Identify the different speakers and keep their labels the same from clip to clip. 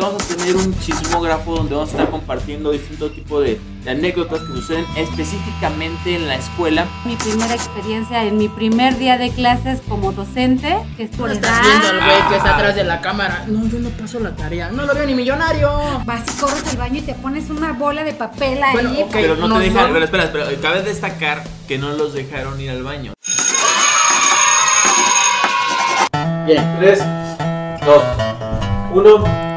Speaker 1: vamos a tener un chismógrafo donde vamos a estar compartiendo distinto tipo de, de anécdotas que suceden específicamente en la escuela.
Speaker 2: Mi primera experiencia en mi primer día de clases como docente, que
Speaker 3: Tú
Speaker 2: estuvo
Speaker 3: lo estás viendo al güey que está atrás de la cámara. No, yo no paso la tarea. No lo veo ni millonario.
Speaker 2: Vas y corres al baño y te pones una bola de papel ahí.
Speaker 3: Bueno, ok.
Speaker 2: para-
Speaker 1: Pero no,
Speaker 3: no
Speaker 1: te dejan,
Speaker 3: son-
Speaker 1: pero espera, espera, cabe destacar que no los dejaron ir al baño.
Speaker 3: Bien.
Speaker 4: 3, 2, 1.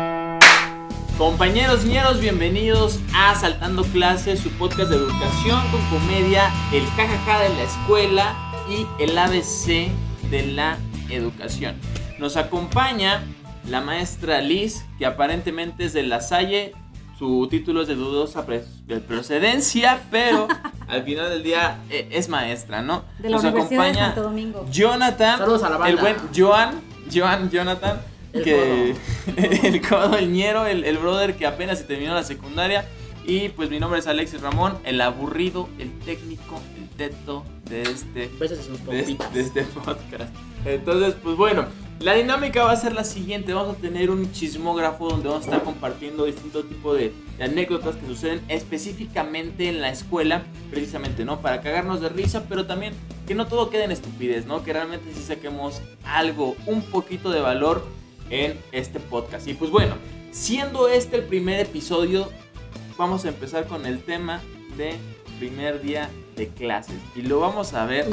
Speaker 1: Compañeros, señores, bienvenidos a Saltando Clases, su podcast de educación con comedia, el jajaja de la escuela y el ABC de la educación. Nos acompaña la maestra Liz, que aparentemente es de La Salle, su título es de dudosa pre- de procedencia, pero al final del día eh, es maestra, ¿no?
Speaker 2: de la
Speaker 1: Nos
Speaker 2: Universidad de
Speaker 1: acompaña
Speaker 2: Santo Domingo.
Speaker 1: Jonathan.
Speaker 3: Saludos a la banda.
Speaker 1: El buen Joan. Joan, Jonathan.
Speaker 3: El
Speaker 1: que, el codo, el ñero, el, el brother que apenas se terminó la secundaria. Y pues mi nombre es Alexis Ramón, el aburrido, el técnico, el teto de este,
Speaker 3: Besos a sus
Speaker 1: de este,
Speaker 3: pompitas.
Speaker 1: de este podcast. Entonces, pues bueno, la dinámica va a ser la siguiente. Vamos a tener un chismógrafo donde vamos a estar compartiendo distinto tipo de, de anécdotas que suceden específicamente en la escuela, precisamente, ¿no? Para cagarnos de risa, pero también que no todo quede en estupidez, ¿no? Que realmente sí saquemos algo, un poquito de valor en este podcast. Y pues bueno, siendo este el primer episodio, vamos a empezar con el tema de primer día de clases. Y lo vamos a ver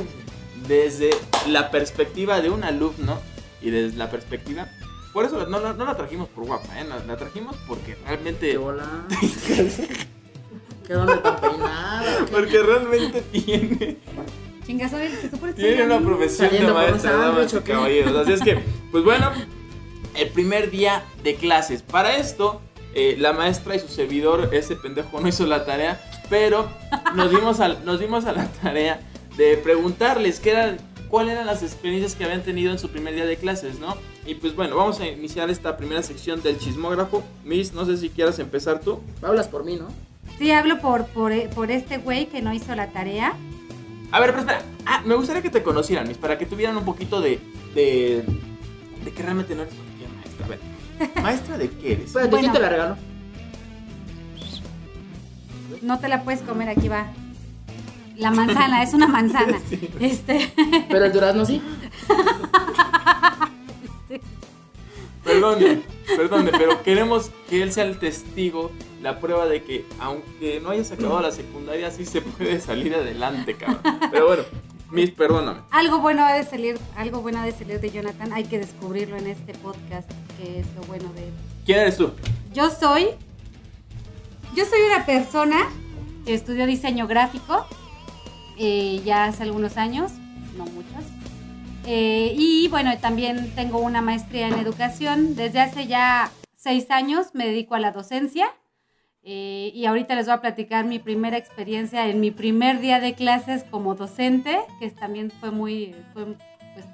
Speaker 1: desde la perspectiva de un alumno y desde la perspectiva... Por eso no, no, no la trajimos por guapa, ¿eh? la, la trajimos porque realmente...
Speaker 3: ¿Qué hola? ¿Qué onda tan peinada?
Speaker 1: Porque realmente tiene...
Speaker 2: Chingas, oye, se supone que
Speaker 1: Tiene
Speaker 2: soy
Speaker 1: una
Speaker 2: amiga.
Speaker 1: profesión de
Speaker 3: Saliendo por un
Speaker 1: maestra, damas
Speaker 3: sándwich,
Speaker 1: y
Speaker 3: ¿o qué?
Speaker 1: caballeros. Así es que, pues bueno, el primer día de clases. Para esto, eh, la maestra y su servidor, ese pendejo no hizo la tarea, pero nos dimos a, nos dimos a la tarea de preguntarles qué eran, cuáles eran las experiencias que habían tenido en su primer día de clases, ¿no? Y pues bueno, vamos a iniciar esta primera sección del chismógrafo. Miss, no sé si quieras empezar tú.
Speaker 3: Hablas por mí, ¿no?
Speaker 2: Sí, hablo por, por, por este güey que no hizo la tarea.
Speaker 1: A ver, pero espera. Ah, me gustaría que te conocieran, mis, para que tuvieran un poquito de. de. de que realmente no eres cualquier maestra. A ver. ¿Maestra de qué eres?
Speaker 3: Espérate,
Speaker 2: Bueno.
Speaker 3: ¿quién te la regaló?
Speaker 2: No te la puedes comer, aquí va. La manzana, es una manzana. Este,
Speaker 3: Pero el durazno sí.
Speaker 1: Perdone, perdone, pero queremos que él sea el testigo, la prueba de que, aunque no hayas acabado la secundaria, sí se puede salir adelante, cabrón. Pero bueno, mis, perdóname.
Speaker 2: algo bueno ha de salir, algo bueno ha de salir de Jonathan, hay que descubrirlo en este podcast, que es lo bueno de él.
Speaker 1: ¿Quién eres tú?
Speaker 2: Yo soy. Yo soy una persona que estudió diseño gráfico eh, ya hace algunos años, no muchos. Eh, y bueno, también tengo una maestría en educación. Desde hace ya seis años me dedico a la docencia. eh, y ahorita les voy a platicar mi primera experiencia en mi primer día de clases como docente, que también fue muy fue, pues,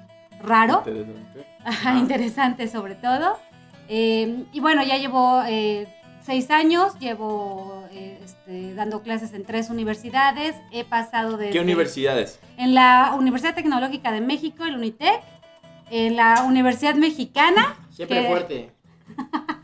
Speaker 2: raro.
Speaker 1: Interesante.
Speaker 2: Ajá,
Speaker 1: Ah.
Speaker 2: interesante sobre todo. Eh, y bueno, ya llevo eh, seis años, llevo eh, este, dando clases en tres universidades. He pasado de...
Speaker 1: ¿Qué universidades?
Speaker 2: En la Universidad Tecnológica de México, el UNITEC, en la Universidad Mexicana,
Speaker 3: Siempre
Speaker 2: ¿Qué?
Speaker 3: fuerte.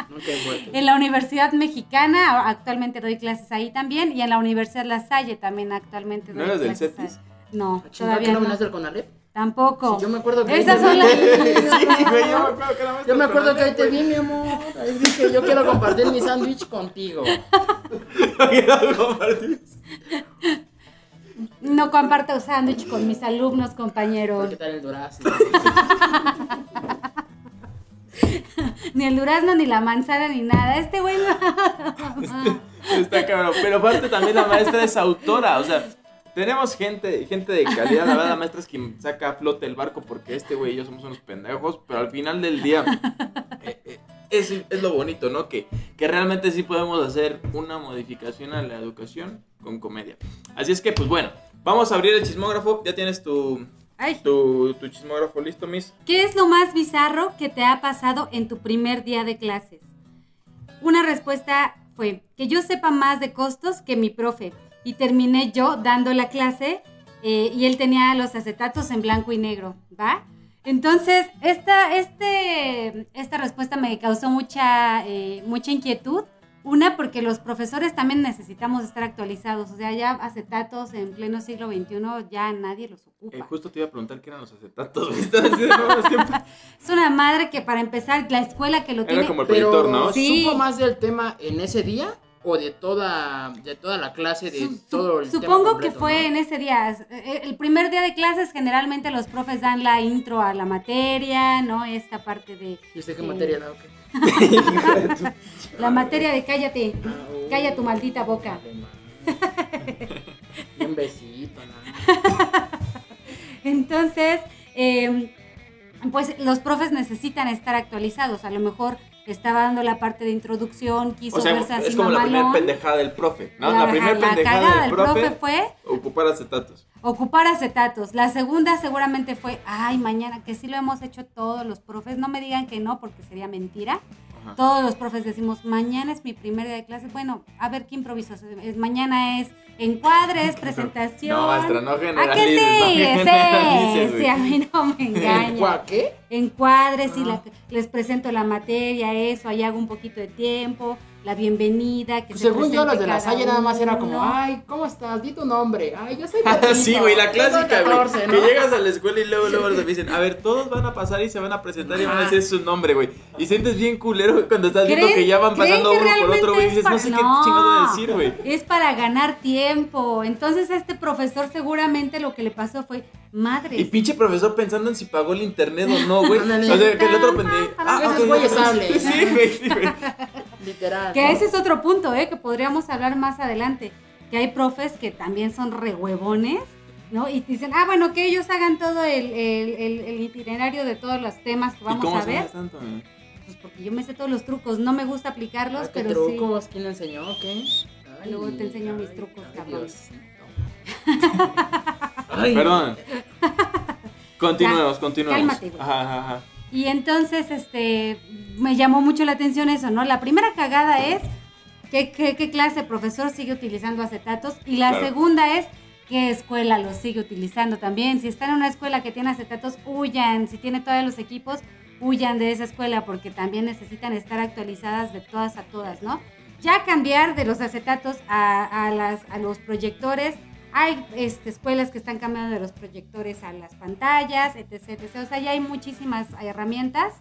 Speaker 3: Nunca es fuerte.
Speaker 2: en la Universidad Mexicana, a- actualmente doy clases ahí también, y en la Universidad La Salle también actualmente doy
Speaker 1: ¿No eres del
Speaker 2: clases.
Speaker 1: CETIS?
Speaker 2: ahí. No,
Speaker 3: Chingado, Ah, ¿qué
Speaker 2: todavía
Speaker 3: no
Speaker 2: no.
Speaker 3: venías del Conalep?
Speaker 2: Tampoco.
Speaker 3: Sí, yo me acuerdo que.
Speaker 2: Esas son las...
Speaker 1: Sí, güey, yo me acuerdo que la maestra
Speaker 3: Yo me acuerdo que ahí te
Speaker 1: Fernández,
Speaker 3: vi, mi amor. Ahí dije, yo quiero compartir mi sándwich contigo.
Speaker 1: güey, era compartir.
Speaker 2: No comparto sándwich con mis alumnos, compañeros.
Speaker 3: ¿Qué tal el durazno?
Speaker 2: Ni el durazno, ni la manzana, ni nada. Este güey no.
Speaker 1: Está cabrón. Pero aparte también la maestra es autora. O sea, tenemos gente, gente de calidad. La verdad, la maestra es quien saca a flote el barco porque este güey y yo somos unos pendejos. Pero al final del día eh, eh, es, es lo bonito, ¿no? Que, que realmente sí podemos hacer una modificación a la educación con comedia. Así es que, pues bueno, vamos a abrir el chismógrafo. Ya tienes tu,
Speaker 2: Ay.
Speaker 1: tu, tu chismógrafo listo, Miss.
Speaker 2: ¿Qué es lo más bizarro que te ha pasado en tu primer día de clases? Una respuesta fue que yo sepa más de costos que mi profe. Y terminé yo dando la clase eh, y él tenía los acetatos en blanco y negro, ¿va? Entonces, esta, este, esta respuesta me causó mucha, eh, mucha inquietud. Una, porque los profesores también necesitamos estar actualizados. O sea, ya acetatos en pleno siglo XXI ya nadie los ocupa.
Speaker 1: Eh, justo te iba a preguntar qué eran los acetatos. güey. Estaba diciendo, no, es que-
Speaker 2: Es una madre que para empezar, la escuela que lo
Speaker 1: Era
Speaker 2: tiene...
Speaker 1: como el
Speaker 3: Pero,
Speaker 1: proyector, ¿no?
Speaker 2: Sí.
Speaker 3: ¿supo más del tema en ese día o de toda, de toda la clase, de
Speaker 2: Su- su-
Speaker 3: todo el tema
Speaker 2: supongo que
Speaker 3: completo,
Speaker 2: fue
Speaker 3: ¿no?
Speaker 2: en ese día. Eh, eh, El primer día de clases generalmente los profes dan la intro a la materia, ¿no? Esta parte de
Speaker 3: ¿Y usted qué
Speaker 2: Eh.
Speaker 3: materia era? o qué?
Speaker 2: la materia de cállate.
Speaker 3: Ah, uy,
Speaker 2: Calla tu maldita boca.
Speaker 3: vale, madre. Bien besito, nada.
Speaker 2: Entonces, eh, pues los profes necesitan estar actualizados. A lo mejor estaba dando la parte de introducción, quiso
Speaker 1: O sea,
Speaker 2: verse así
Speaker 1: es como la primera
Speaker 2: mamalón.
Speaker 1: pendejada del profe, ¿no? La,
Speaker 2: Ajá,
Speaker 1: primera
Speaker 2: la
Speaker 1: pendejada
Speaker 2: cagada
Speaker 1: del profe,
Speaker 2: fue
Speaker 1: ocupar acetatos.
Speaker 2: ocupar acetatos. La segunda seguramente fue, ay, mañana, que sí lo hemos hecho todos los profes. No me digan que no, porque sería mentira.
Speaker 1: Ajá.
Speaker 2: Todos los profes decimos, mañana es mi primer día de clases. Bueno, a ver qué improvisación. es. Mañana es encuadre, es presentación.
Speaker 1: No, maestra, no
Speaker 2: ¿A que
Speaker 1: generalices. no
Speaker 2: sí?
Speaker 1: generalices,
Speaker 2: sí,
Speaker 1: güey.
Speaker 2: sí, a mí no me engañan.
Speaker 3: ¿Cuá qué?
Speaker 2: Encuadres y
Speaker 3: Ah.
Speaker 2: la- les presento la materia, eso, ahí hago un poquito de tiempo, la bienvenida. Que
Speaker 3: Pues
Speaker 2: se
Speaker 3: según yo,
Speaker 2: presente
Speaker 3: los de la
Speaker 2: cada
Speaker 3: Salle nada más era como,
Speaker 2: uno.
Speaker 3: ay, ¿cómo estás? Di tu nombre. Ay, yo soy
Speaker 1: Ah,
Speaker 3: Pepito.
Speaker 1: sí, güey, la
Speaker 3: Tengo
Speaker 1: clásica, güey.
Speaker 3: 14, ¿no?
Speaker 1: Que llegas a la escuela y luego, luego te dicen, a ver, todos van a pasar y se van a presentar y van a
Speaker 3: Ajá.
Speaker 1: decir su nombre, güey. Y sientes bien culero güey, cuando estás viendo
Speaker 2: ¿Creen-
Speaker 1: que ya van
Speaker 2: creen
Speaker 1: pasando
Speaker 2: que
Speaker 1: uno por otro, güey.
Speaker 2: realmente
Speaker 1: Y dices,
Speaker 2: es
Speaker 1: no
Speaker 2: pa-
Speaker 1: sé qué
Speaker 2: no.
Speaker 1: chingado decir, güey.
Speaker 2: Es para ganar tiempo. Entonces este profesor seguramente lo que le pasó fue, madre.
Speaker 1: Y pinche profesor pensando en si pagó el internet o no, güey.
Speaker 3: Ándale.
Speaker 1: O sea, que el otro pendejo. Ah,
Speaker 3: Esos
Speaker 1: ok,
Speaker 3: güeyes
Speaker 1: sí,
Speaker 3: hablen.
Speaker 1: Sí, güey, sí, güey.
Speaker 3: Literal.
Speaker 2: Que
Speaker 3: ¿no?
Speaker 2: ese es otro punto, ¿eh? Que podríamos hablar más adelante. Que hay profes que también son rehuevones, ¿no? Y dicen, ah, bueno, que ellos hagan todo el, el- el- el itinerario de todos los temas que
Speaker 1: ¿Y
Speaker 2: vamos
Speaker 1: cómo
Speaker 2: a ver.
Speaker 1: sabes tanto, güey?
Speaker 2: Pues porque yo me sé todos los trucos, no me gusta aplicarlos,
Speaker 3: Ah, ¿Qué
Speaker 2: pero
Speaker 3: trucos? ¿Quién le enseñó? o ¿Qué? Ay,
Speaker 2: Luego te enseño mis trucos, cabrón.
Speaker 3: Diosito.
Speaker 1: Perdón. Continuemos, continuemos.
Speaker 2: cálmate, güey.
Speaker 1: Ajá, ajá, ajá.
Speaker 2: sí. Y entonces, este, me llamó mucho la atención eso, ¿no? La primera cagada es qué, qué- qué clase de profesor sigue utilizando acetatos y la
Speaker 1: Claro.
Speaker 2: segunda es qué escuela los sigue utilizando también. Si están en una escuela que tiene acetatos, huyan. Si tiene todos los equipos, huyan de esa escuela porque también necesitan estar actualizadas de todas a todas, ¿no? Ya cambiar de los acetatos a, a las, a los proyectores. Hay este, escuelas que están cambiando de los proyectores a las pantallas, etc, etc. O sea, ya hay muchísimas herramientas.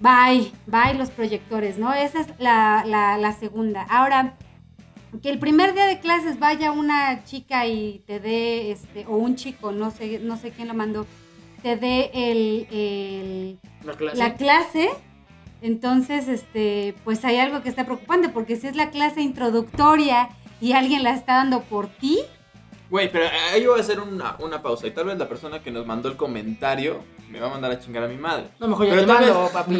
Speaker 2: Bye, bye los proyectores, ¿no? Esa es la, la- la segunda. Ahora, que el primer día de clases vaya una chica y te dé, este, o un chico, no sé, no sé quién lo mandó, te dé el- el,
Speaker 3: La clase.
Speaker 2: la clase. Entonces, este, pues hay algo que está preocupante, porque si es la clase introductoria y alguien la está dando por ti,
Speaker 1: Güey, pero ahí voy a hacer una, una pausa. Y tal vez la persona que nos mandó el comentario me va a mandar a chingar a mi madre.
Speaker 3: No, mejor ya
Speaker 1: Pero
Speaker 3: te
Speaker 1: tal
Speaker 3: mando, papi.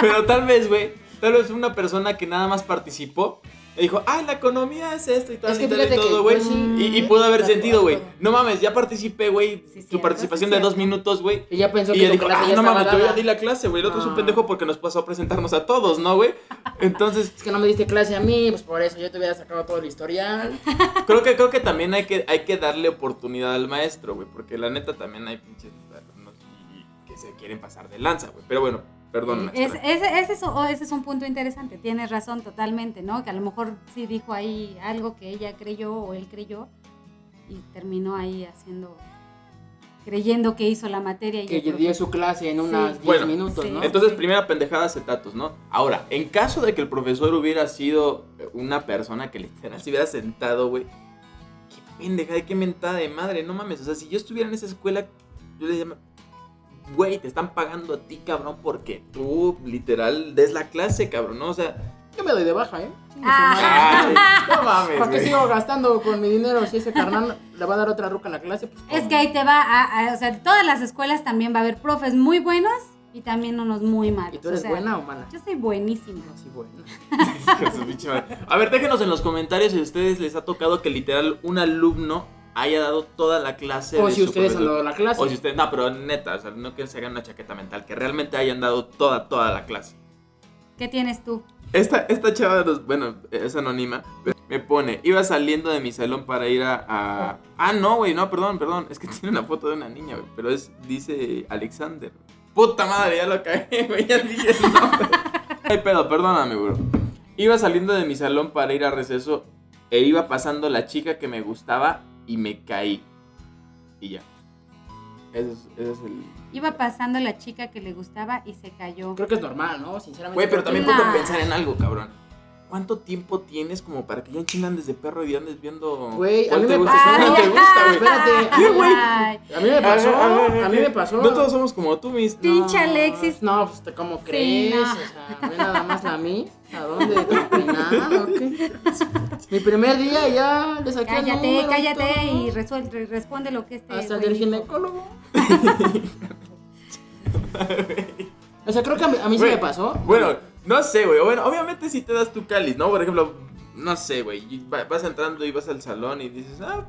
Speaker 1: Pero tal vez, güey, tal vez una persona que nada más participó y dijo, ah, la economía es esto y tal,
Speaker 3: Es que
Speaker 1: y tal, y
Speaker 3: fíjate que
Speaker 1: todo, güey.
Speaker 3: yo sí-
Speaker 1: Y, y pudo haber
Speaker 3: la-
Speaker 1: sentido, güey.
Speaker 3: todo.
Speaker 1: No mames, ya participé, güey.
Speaker 2: Sí,
Speaker 1: tu
Speaker 2: cierto,
Speaker 1: participación
Speaker 2: sí,
Speaker 1: de dos
Speaker 2: cierto.
Speaker 1: minutos, güey.
Speaker 3: Y ya pensó
Speaker 1: Y
Speaker 3: que
Speaker 1: ella
Speaker 3: su
Speaker 1: dijo,
Speaker 3: clase
Speaker 1: ah,
Speaker 3: ya Ah.
Speaker 1: no
Speaker 3: estaba
Speaker 1: mames, yo ya
Speaker 3: dada.
Speaker 1: di la clase, güey. El otro es un
Speaker 3: No.
Speaker 1: pendejo porque nos pasó a presentarnos a todos, ¿no, güey? Entonces,
Speaker 3: Es que no me diste clase a mí, pues por eso yo te hubiera sacado todo el historial.
Speaker 1: creo que, creo que también hay que, hay que darle oportunidad al maestro, güey. Porque la neta también hay pinches alumnos y- que se quieren pasar de lanza, güey. Pero bueno, perdón,
Speaker 2: es-
Speaker 1: maestra.
Speaker 2: ese, ese es, o- ese es un punto interesante, tienes razón totalmente, ¿no? Que a lo mejor sí dijo ahí algo que ella creyó o él creyó y terminó ahí haciendo, creyendo que hizo la materia. Y
Speaker 3: Que
Speaker 2: el profe-
Speaker 3: dio su clase en unas 10
Speaker 1: Bueno,
Speaker 3: minutos,
Speaker 2: sí.
Speaker 3: ¿no?
Speaker 1: Entonces,
Speaker 2: Sí.
Speaker 1: primera pendejada acetatos, ¿no? Ahora, en caso de que el profesor hubiera sido eh, una persona que literal se hubiera sentado, güey, qué pendejada, qué mentada de madre, no mames. O sea, si yo estuviera en esa escuela, yo le llamo, güey, te están pagando a ti, cabrón, porque tú literal des la clase, cabrón, ¿no? O sea,
Speaker 3: Yo me doy de baja, ¿eh? Chingue su
Speaker 2: Ah.
Speaker 3: madre.
Speaker 1: ay, no mames,
Speaker 3: ¿Para qué
Speaker 1: güey.
Speaker 3: sigo gastando con mi dinero si ese carnal le va a dar otra ruca a la clase? Pues,
Speaker 2: Es que ahí te va, a, a- o sea, en todas las escuelas también va a haber profes muy buenos y también unos muy malos.
Speaker 3: ¿Y tú
Speaker 2: o
Speaker 3: eres
Speaker 2: sea,
Speaker 3: buena o mala?
Speaker 2: Yo soy buenísima.
Speaker 3: No, sí, buena.
Speaker 1: Hijo de su pinche madre. A ver, déjenos en los comentarios si a ustedes les ha tocado que literal un alumno haya dado toda la clase.
Speaker 3: O
Speaker 1: de
Speaker 3: si
Speaker 1: su
Speaker 3: ustedes han
Speaker 1: profesor.
Speaker 3: dado la clase.
Speaker 1: O si ustedes, no, pero neta, o sea, no que se hagan una chaqueta mental, que realmente hayan dado toda, toda la clase.
Speaker 2: ¿Qué tienes tú?
Speaker 1: Esta, esta chava, nos- bueno, es anónima, pero Me pone, iba saliendo de mi salón para ir a... a- Ah, no, güey, no, perdón, perdón. Es que tiene una foto de una niña, güey. Pero es, dice Alexander. Puta madre, ya lo cagué, güey. Ya dije el nombre. Ay, pedo, perdóname, bro. Iba saliendo de mi salón para ir a receso e iba pasando la chica que me gustaba y me caí. Y ya. Ese es, ese es el...
Speaker 2: Iba pasando la chica que le gustaba y se cayó.
Speaker 3: Creo que es normal, ¿no? Sinceramente.
Speaker 1: Güey, pero
Speaker 3: creo que-
Speaker 1: también
Speaker 2: Nah.
Speaker 1: ponte a pensar en algo, cabrón. ¿Cuánto tiempo tienes como para que ya chingan desde perro y andes viendo
Speaker 3: Güey, a
Speaker 1: cuál
Speaker 3: mí
Speaker 1: te
Speaker 3: me
Speaker 1: gusta?
Speaker 3: pasa-
Speaker 1: ¿Cuál no te
Speaker 2: Ay,
Speaker 1: gusta, güey?
Speaker 3: Espérate.
Speaker 1: Sí, güey.
Speaker 2: ay.
Speaker 3: A mí me pasó, a mí me pasó.
Speaker 1: No todos somos como tú, mis.
Speaker 2: Pinche Alexis.
Speaker 3: No, pues te- ¿cómo crees?
Speaker 2: no.
Speaker 3: O sea, ve nada más la mí. ¿A dónde? ¿Nada? ¿O qué? Mi primer día ya le saqué el
Speaker 2: Cállate,
Speaker 3: número
Speaker 2: cállate
Speaker 3: todo.
Speaker 2: y resuelve, responde lo que este.
Speaker 3: Hasta el
Speaker 2: güey
Speaker 3: del
Speaker 2: dijo.
Speaker 3: ginecólogo. o sea, creo que a mí, a mí sí
Speaker 1: Güey,
Speaker 3: me pasó.
Speaker 1: Bueno, no sé, güey. Bueno, obviamente si te das tu cáliz, ¿no? Por ejemplo, no sé, güey. y va- Vas entrando y vas al salón y dices, ah,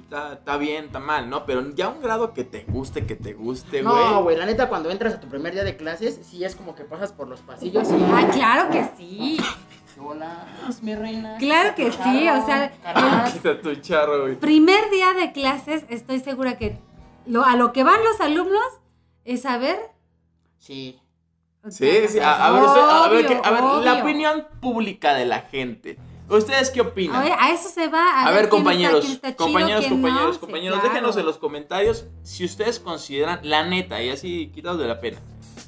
Speaker 1: está, está bien, está mal, ¿no? Pero ya a un grado que te guste, que te guste, güey.
Speaker 3: No, güey, la neta, cuando entras a tu primer día de clases, sí es como que pasas por los pasillos y.
Speaker 2: Ay, Ah, claro que sí.
Speaker 3: ¿Qué bolas, mi reina?
Speaker 2: Claro que sí, o sea,
Speaker 3: Carajo.
Speaker 1: Aquí está tu charro, güey.
Speaker 2: Primer día de clases, estoy segura que lo- a lo que van los alumnos es a ver.
Speaker 3: Sí.
Speaker 1: Sí, sí. A, a ver, usted- a ver,
Speaker 2: Obvio,
Speaker 1: que- a ver, la
Speaker 2: obvio.
Speaker 1: opinión pública de a gente. ¿Ustedes qué opinan?
Speaker 2: A ver, a eso se va. A,
Speaker 1: A ver,
Speaker 2: quién está-
Speaker 1: compañeros,
Speaker 2: quién está chido,
Speaker 1: compañeros,
Speaker 2: quién no.
Speaker 1: compañeros,
Speaker 2: Sí,
Speaker 1: compañeros,
Speaker 2: claro.
Speaker 1: déjenos en los comentarios si ustedes consideran, la neta, y así quitados de la pena,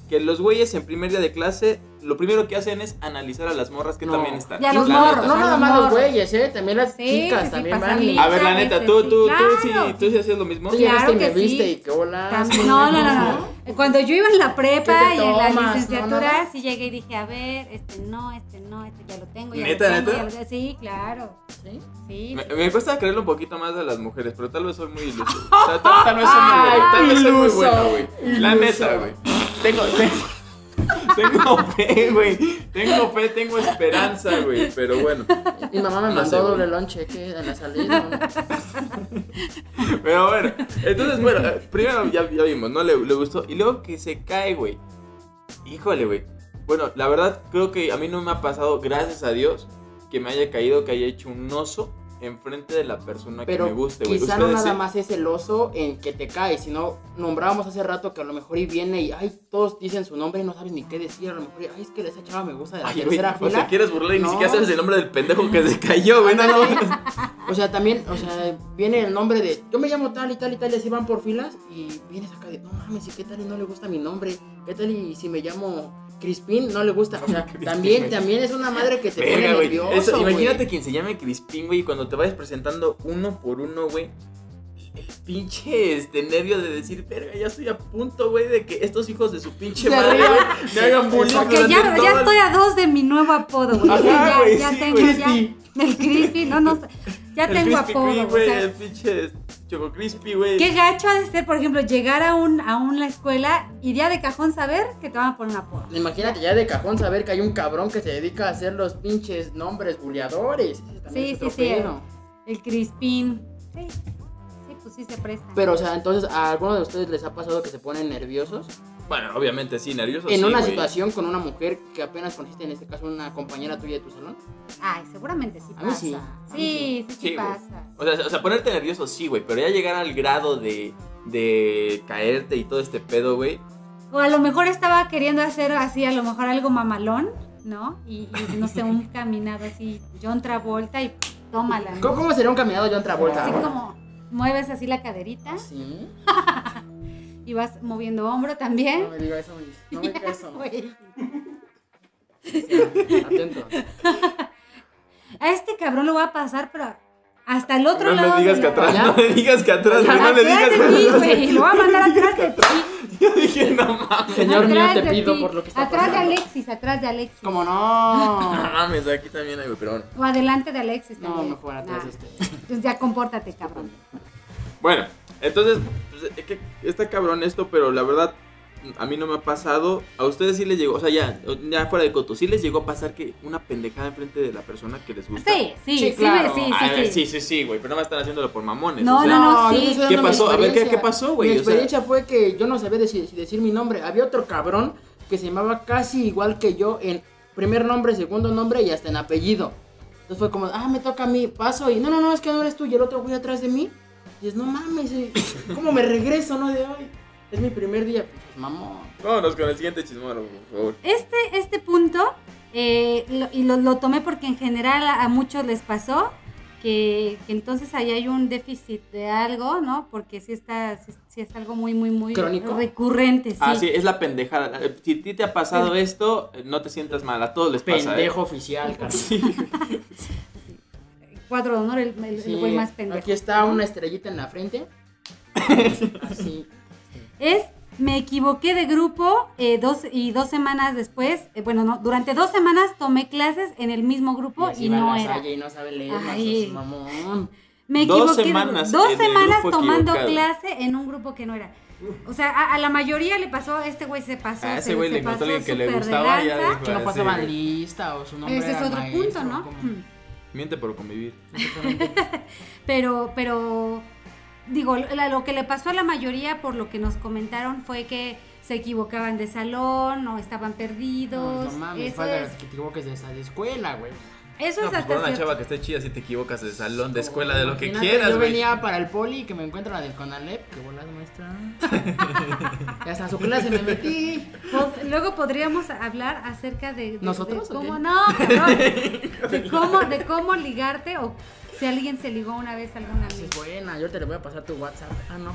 Speaker 1: que los güeyes en primer día de clase, lo primero que hacen es analizar a las morras que
Speaker 3: No.
Speaker 1: también están.
Speaker 2: Y a los
Speaker 1: La
Speaker 2: morros,
Speaker 1: neta.
Speaker 3: No
Speaker 2: a
Speaker 3: nada
Speaker 2: los
Speaker 3: más los
Speaker 2: morros.
Speaker 3: güeyes, ¿eh? También las
Speaker 2: Sí,
Speaker 3: chicas
Speaker 2: sí, sí,
Speaker 3: también
Speaker 2: pasan
Speaker 3: van y.
Speaker 2: lista.
Speaker 1: A ver, la
Speaker 2: Muchas
Speaker 1: neta,
Speaker 2: veces,
Speaker 1: tú,
Speaker 2: este, sí,
Speaker 1: tú, tú, sí,
Speaker 2: claro.
Speaker 1: tú sí hacías lo mismo.
Speaker 3: Tú
Speaker 2: Claro
Speaker 3: llegaste y me
Speaker 2: que sí.
Speaker 3: viste y qué bolas.
Speaker 2: También- No, no, no, no. Cuando yo iba en la prepa
Speaker 3: ¿Qué te
Speaker 2: y en la
Speaker 3: tomas?
Speaker 2: licenciatura,
Speaker 3: No, nada.
Speaker 2: sí llegué y dije, a ver, este no, este no, este ya lo tengo. Ya
Speaker 1: ¿Neta,
Speaker 2: lo tengo,
Speaker 1: neta?
Speaker 2: ya lo- Sí, claro.
Speaker 3: ¿Sí?
Speaker 2: Sí.
Speaker 1: Me,
Speaker 2: sí.
Speaker 1: me cuesta creerlo un poquito más de las mujeres, pero tal vez soy muy iluso. Tal, tal- tal vez soy muy bueno, tal vez soy muy
Speaker 3: Iluso,
Speaker 1: bueno, güey. La
Speaker 3: iluso.
Speaker 1: neta, güey. Tengo, tengo, tengo fe, güey. Tengo fe, tengo esperanza, güey. Pero bueno.
Speaker 3: Mi mamá me
Speaker 1: No
Speaker 3: mandó
Speaker 1: sé, güey.
Speaker 3: doble lonche, ¿qué? A la salida. ¿no?
Speaker 1: Pero bueno, entonces, bueno, eh, primero ya, ya vimos, ¿no? Le, le gustó. Y luego que se cae, güey. Híjole, güey. Bueno, la verdad, creo que a mí no me ha pasado, gracias a Dios, que me haya caído, que haya hecho un oso enfrente de la persona
Speaker 3: Pero
Speaker 1: que me guste, güey.
Speaker 3: quizá no
Speaker 1: Ustedes
Speaker 3: nada
Speaker 1: sí.
Speaker 3: más es el oso en que te cae, sino nombrábamos hace rato que a lo mejor y viene y ay, todos dicen su nombre y no sabes ni qué decir, a lo mejor y, ay, es que esa chava me gusta de la
Speaker 1: Ay, güey,
Speaker 3: tercera
Speaker 1: o
Speaker 3: fila.
Speaker 1: sea, quieres burlar y ni
Speaker 3: No.
Speaker 1: siquiera sabes el nombre del pendejo que se cayó, güey. No, no.
Speaker 3: O sea, también, o sea, viene el nombre de yo me llamo tal y tal y tal y así van por filas y vienes acá de no mames, ¿y qué tal y no le gusta mi nombre? ¿Qué tal y si me llamo Crispín no le gusta? O sea,
Speaker 1: Crispín,
Speaker 3: también,
Speaker 1: güey.
Speaker 3: también es una madre que te
Speaker 1: Verga,
Speaker 3: pone
Speaker 1: güey.
Speaker 3: nervioso,
Speaker 1: Eso,
Speaker 3: güey.
Speaker 1: imagínate quien se llame Crispín, güey, y cuando te vayas presentando uno por uno, güey. El pinche este, nervio de decir, verga, ya estoy a punto, güey, de que estos hijos de su pinche
Speaker 3: Se
Speaker 1: madre,
Speaker 3: ríen.
Speaker 1: güey, me hagan bullying.
Speaker 3: Porque
Speaker 2: Que
Speaker 1: durante
Speaker 2: ya,
Speaker 1: todo
Speaker 2: ya
Speaker 1: el-
Speaker 2: estoy a dos de mi nuevo apodo, güey.
Speaker 1: Ajá,
Speaker 2: Sí, ya
Speaker 1: güey,
Speaker 2: ya
Speaker 1: sí,
Speaker 2: tengo
Speaker 1: güey.
Speaker 2: ya. El crispy, no, no. sé. Ya
Speaker 1: el
Speaker 2: tengo
Speaker 1: Krispy
Speaker 2: apodo.
Speaker 1: Kreme,
Speaker 2: o
Speaker 1: güey,
Speaker 2: sea,
Speaker 1: el pinche Choco Crispy, güey.
Speaker 2: Qué gacho ha de ser, por ejemplo, llegar a un a una escuela y ya de cajón saber que te van a poner un apodo.
Speaker 3: Imagínate ya de cajón saber que hay un cabrón que se dedica a hacer los pinches nombres buleadores. Ese también
Speaker 2: Sí,
Speaker 3: es otro
Speaker 2: sí, sí.
Speaker 3: pedo.
Speaker 2: El crispín. Sí, sí, pues sí se presta.
Speaker 3: Pero, o sea, entonces, ¿a alguno de ustedes les ha pasado que se ponen nerviosos?
Speaker 1: Bueno, obviamente sí, nervioso.
Speaker 3: en
Speaker 1: sí,
Speaker 3: una
Speaker 1: güey.
Speaker 3: situación con una mujer que apenas conociste, en este caso, una compañera tuya de tu salón.
Speaker 2: Ay, seguramente sí
Speaker 3: A mí
Speaker 2: pasa.
Speaker 3: sí,
Speaker 2: Sí,
Speaker 3: a mí
Speaker 2: sí, sí,
Speaker 1: Sí, güey.
Speaker 2: pasa.
Speaker 1: O sea, o sea, ponerte nervioso sí, güey, pero ya llegar al grado de, de caerte y todo este pedo, güey.
Speaker 2: O a lo mejor estaba queriendo hacer así, a lo mejor algo mamalón, ¿no? Y, y, no sé, un caminado así, John Travolta y tómala. ¿no?
Speaker 3: ¿Cómo, cómo sería un caminado John
Speaker 2: Así
Speaker 3: Travolta?
Speaker 2: como mueves así la caderita
Speaker 3: Sí.
Speaker 2: y vas moviendo hombro
Speaker 3: No
Speaker 2: también.
Speaker 3: me digas eso, Luis. No me digas eso.
Speaker 2: Güey.
Speaker 3: Atento.
Speaker 2: A este cabrón lo va a pasar, pero hasta el otro
Speaker 1: no
Speaker 2: lado.
Speaker 1: le digas
Speaker 2: de
Speaker 1: que
Speaker 2: la-
Speaker 1: atrás,
Speaker 3: ¿Ya?
Speaker 1: no le digas que atrás, güey, no le
Speaker 2: Atrás
Speaker 1: digas
Speaker 2: de
Speaker 1: que
Speaker 2: ti,
Speaker 1: atrás.
Speaker 2: güey. Lo va a mandar atrás de ti.
Speaker 1: Yo dije, no mames.
Speaker 3: Señor mío,
Speaker 2: atrás
Speaker 3: te
Speaker 2: de
Speaker 3: pido
Speaker 2: ti,
Speaker 3: por lo que está
Speaker 2: Atrás de
Speaker 3: pasando.
Speaker 2: Alexis, atrás de Alexis.
Speaker 3: Como
Speaker 1: No
Speaker 3: no.
Speaker 1: mames, aquí también hay, güey, pero bueno.
Speaker 2: O adelante de Alexis también.
Speaker 3: No, mejor atrás
Speaker 2: Nah.
Speaker 3: de este.
Speaker 2: Entonces ya compórtate, cabrón.
Speaker 1: Bueno, entonces, pues, es que está cabrón esto, pero la verdad, a mí no me ha pasado. A ustedes sí les llegó, o sea, ya, ya fuera de coto, sí les llegó a pasar que una pendejada enfrente de la persona que les gusta.
Speaker 2: Sí, sí,
Speaker 3: Sí,
Speaker 2: sí,
Speaker 3: claro.
Speaker 2: sí, sí,
Speaker 1: A
Speaker 2: sí,
Speaker 1: ver,
Speaker 2: sí.
Speaker 1: sí, sí, sí, güey, pero no me están haciéndolo por mamones.
Speaker 2: No,
Speaker 1: o sea,
Speaker 2: no, no,
Speaker 3: yo
Speaker 2: sí.
Speaker 3: te estoy
Speaker 1: ¿Qué
Speaker 3: dando mi
Speaker 1: pasó? A ver, ¿qué- qué
Speaker 3: experiencia.
Speaker 1: pasó, güey?
Speaker 3: Mi
Speaker 1: O sea-
Speaker 3: experiencia fue que yo no sabía deci- si decir mi nombre. Había otro cabrón que se llamaba casi igual que yo en primer nombre, segundo nombre y hasta en apellido. Entonces fue como, ah, me toca a mí, paso y no, no, no, es que no eres tú y el otro güey atrás de mí. Y es, no mames, eh, ¿cómo me regreso, no? De hoy. Es mi primer día. Pues, mamón.
Speaker 1: Vámonos con el siguiente chismógrafo, por favor.
Speaker 2: Este, este punto, eh, lo- y lo, lo tomé porque en general a, a muchos les pasó, que, que entonces ahí hay un déficit de algo, ¿no? Porque sí, está, sí, sí es algo muy, muy, muy
Speaker 3: Crónico.
Speaker 2: recurrente. Sí.
Speaker 1: Ah, sí, es la pendejada. Eh, Si a ti te ha pasado esto, eh, no te sientas mal. A todos les pasa. ¿eh?
Speaker 3: Pendejo oficial, carnal.
Speaker 1: Sí.
Speaker 2: Cuadro de honor, el, el- el
Speaker 3: Sí,
Speaker 2: güey más pendejo.
Speaker 3: Aquí está una estrellita en la frente. Así.
Speaker 2: es me equivoqué de grupo eh, dos, y dos semanas después, eh, bueno, no, durante dos semanas tomé clases en el mismo grupo Oh, y,
Speaker 3: así va
Speaker 2: no
Speaker 3: la
Speaker 2: era.
Speaker 3: Salle y no sabe leer,
Speaker 2: Ay.
Speaker 3: mazos, mamón.
Speaker 2: Me
Speaker 1: Dos
Speaker 2: equivoqué de
Speaker 1: semanas
Speaker 2: grupo. dos
Speaker 1: en el
Speaker 2: semanas
Speaker 1: grupo
Speaker 2: tomando
Speaker 1: equivocado.
Speaker 2: clase en un grupo que no era. O sea, a, a la mayoría le pasó, este güey se pasó.
Speaker 1: A Ah, ese
Speaker 2: se-
Speaker 1: güey
Speaker 2: se
Speaker 1: le encontró
Speaker 2: pasó
Speaker 1: alguien que le
Speaker 2: súper de
Speaker 1: gustaba y ya
Speaker 2: lanza.
Speaker 3: Que
Speaker 1: dijo
Speaker 3: no
Speaker 1: así,
Speaker 3: pasaban lista o su nombre.
Speaker 2: Ese es
Speaker 3: era
Speaker 2: otro
Speaker 3: maestro,
Speaker 2: punto, ¿no?
Speaker 3: como-
Speaker 2: Mm.
Speaker 1: Miente por convivir.
Speaker 2: Pero, pero, digo, la- lo que le pasó a la mayoría por lo que nos comentaron fue que se equivocaban de salón o estaban
Speaker 3: No,
Speaker 2: perdidos.
Speaker 3: no mames,
Speaker 2: eso
Speaker 3: falta
Speaker 2: es,
Speaker 3: que te equivoques de esa de escuela, güey.
Speaker 2: eso
Speaker 1: No,
Speaker 2: es
Speaker 1: pues
Speaker 2: hasta
Speaker 1: por una
Speaker 2: cierto-
Speaker 1: chava que esté chida, si te equivocas de salón, de escuela, de lo que
Speaker 3: Imagínate,
Speaker 1: quieras,
Speaker 3: Yo
Speaker 1: güey.
Speaker 3: venía para el poli y que me encuentro la del Conalep, que bolas maestra. Y hasta su clase me metí.
Speaker 2: Pod- Luego podríamos hablar acerca de, de-
Speaker 3: ¿Nosotros
Speaker 2: de
Speaker 3: o
Speaker 2: cómo
Speaker 3: qué?
Speaker 2: no, cabrón, de cómo de cómo ligarte o si alguien se ligó una vez a alguna
Speaker 3: Sí,
Speaker 2: amiga.
Speaker 3: buena, yo te le voy a pasar tu WhatsApp. Ah, no.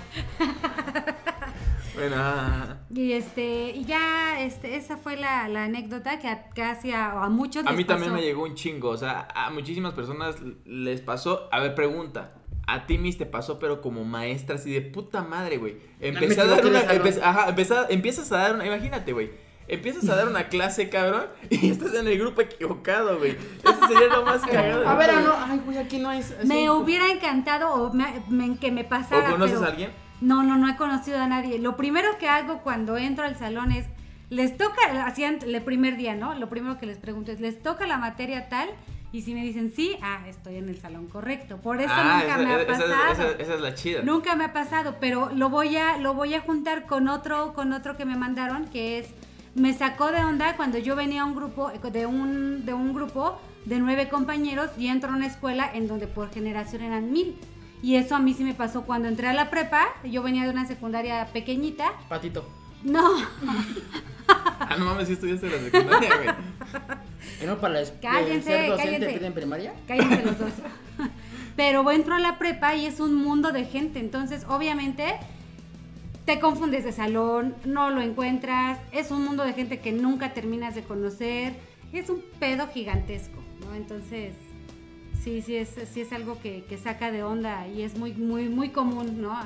Speaker 1: Bueno, ah.
Speaker 2: Y este y ya este esa fue la, la anécdota que a, casi a, a muchos
Speaker 1: A
Speaker 2: les
Speaker 1: mí también
Speaker 2: pasó.
Speaker 1: me llegó un chingo, o sea, a muchísimas personas les pasó. A ver, pregunta. A ti, Miss, te pasó, pero como maestra, así de puta madre, güey. Empecé
Speaker 3: me
Speaker 1: a dar
Speaker 3: equivoqué de
Speaker 1: una.
Speaker 3: salón.
Speaker 1: empe- ajá, empecé a- empiezas a dar una. Imagínate, güey. Empiezas a dar una clase, cabrón, y estás en el grupo equivocado, güey. Eso sería lo más cagado. del
Speaker 3: A ver, ah,
Speaker 1: mundo,
Speaker 3: no. Ay, güey, aquí no es. así.
Speaker 2: Me hubiera encantado o me- me- que me
Speaker 1: güey.
Speaker 2: pasara.
Speaker 1: ¿O conoces
Speaker 2: pero-
Speaker 1: a alguien?
Speaker 2: No, no, no he conocido a nadie. Lo primero que hago cuando entro al salón es, les toca, hacían el primer día, ¿no? Lo primero que les pregunto es, ¿les toca la materia tal? Y si me dicen sí, ah, estoy en el salón correcto. Por eso
Speaker 1: ah,
Speaker 2: nunca
Speaker 1: esa,
Speaker 2: me ha
Speaker 1: esa- esa-
Speaker 2: pasado.
Speaker 1: esa- esa es la chida.
Speaker 2: Nunca me ha pasado, pero lo voy a, lo voy a juntar con otro, con otro que me mandaron, que es, me sacó de onda cuando yo venía a un grupo, eh, de un, de un grupo de nueve compañeros y entro a una escuela en donde por generación eran mil. Y eso a mí sí me pasó cuando entré a la prepa, yo venía de una secundaria pequeñita.
Speaker 3: Patito.
Speaker 2: No,
Speaker 1: Ah, no mames, si estudiaste en la secundaria, güey.
Speaker 3: ¿Y no para la, de
Speaker 2: Cállense,
Speaker 3: ser docente
Speaker 2: cállense.
Speaker 3: piden primaria?
Speaker 2: cállense los dos. Pero entro a la prepa y es un mundo de gente, entonces obviamente te confundes de salón, no lo encuentras, es un mundo de gente que nunca terminas de conocer, es un pedo gigantesco, ¿no? Entonces, sí, sí es, sí es algo que, que saca de onda y es muy, muy, muy común, ¿no?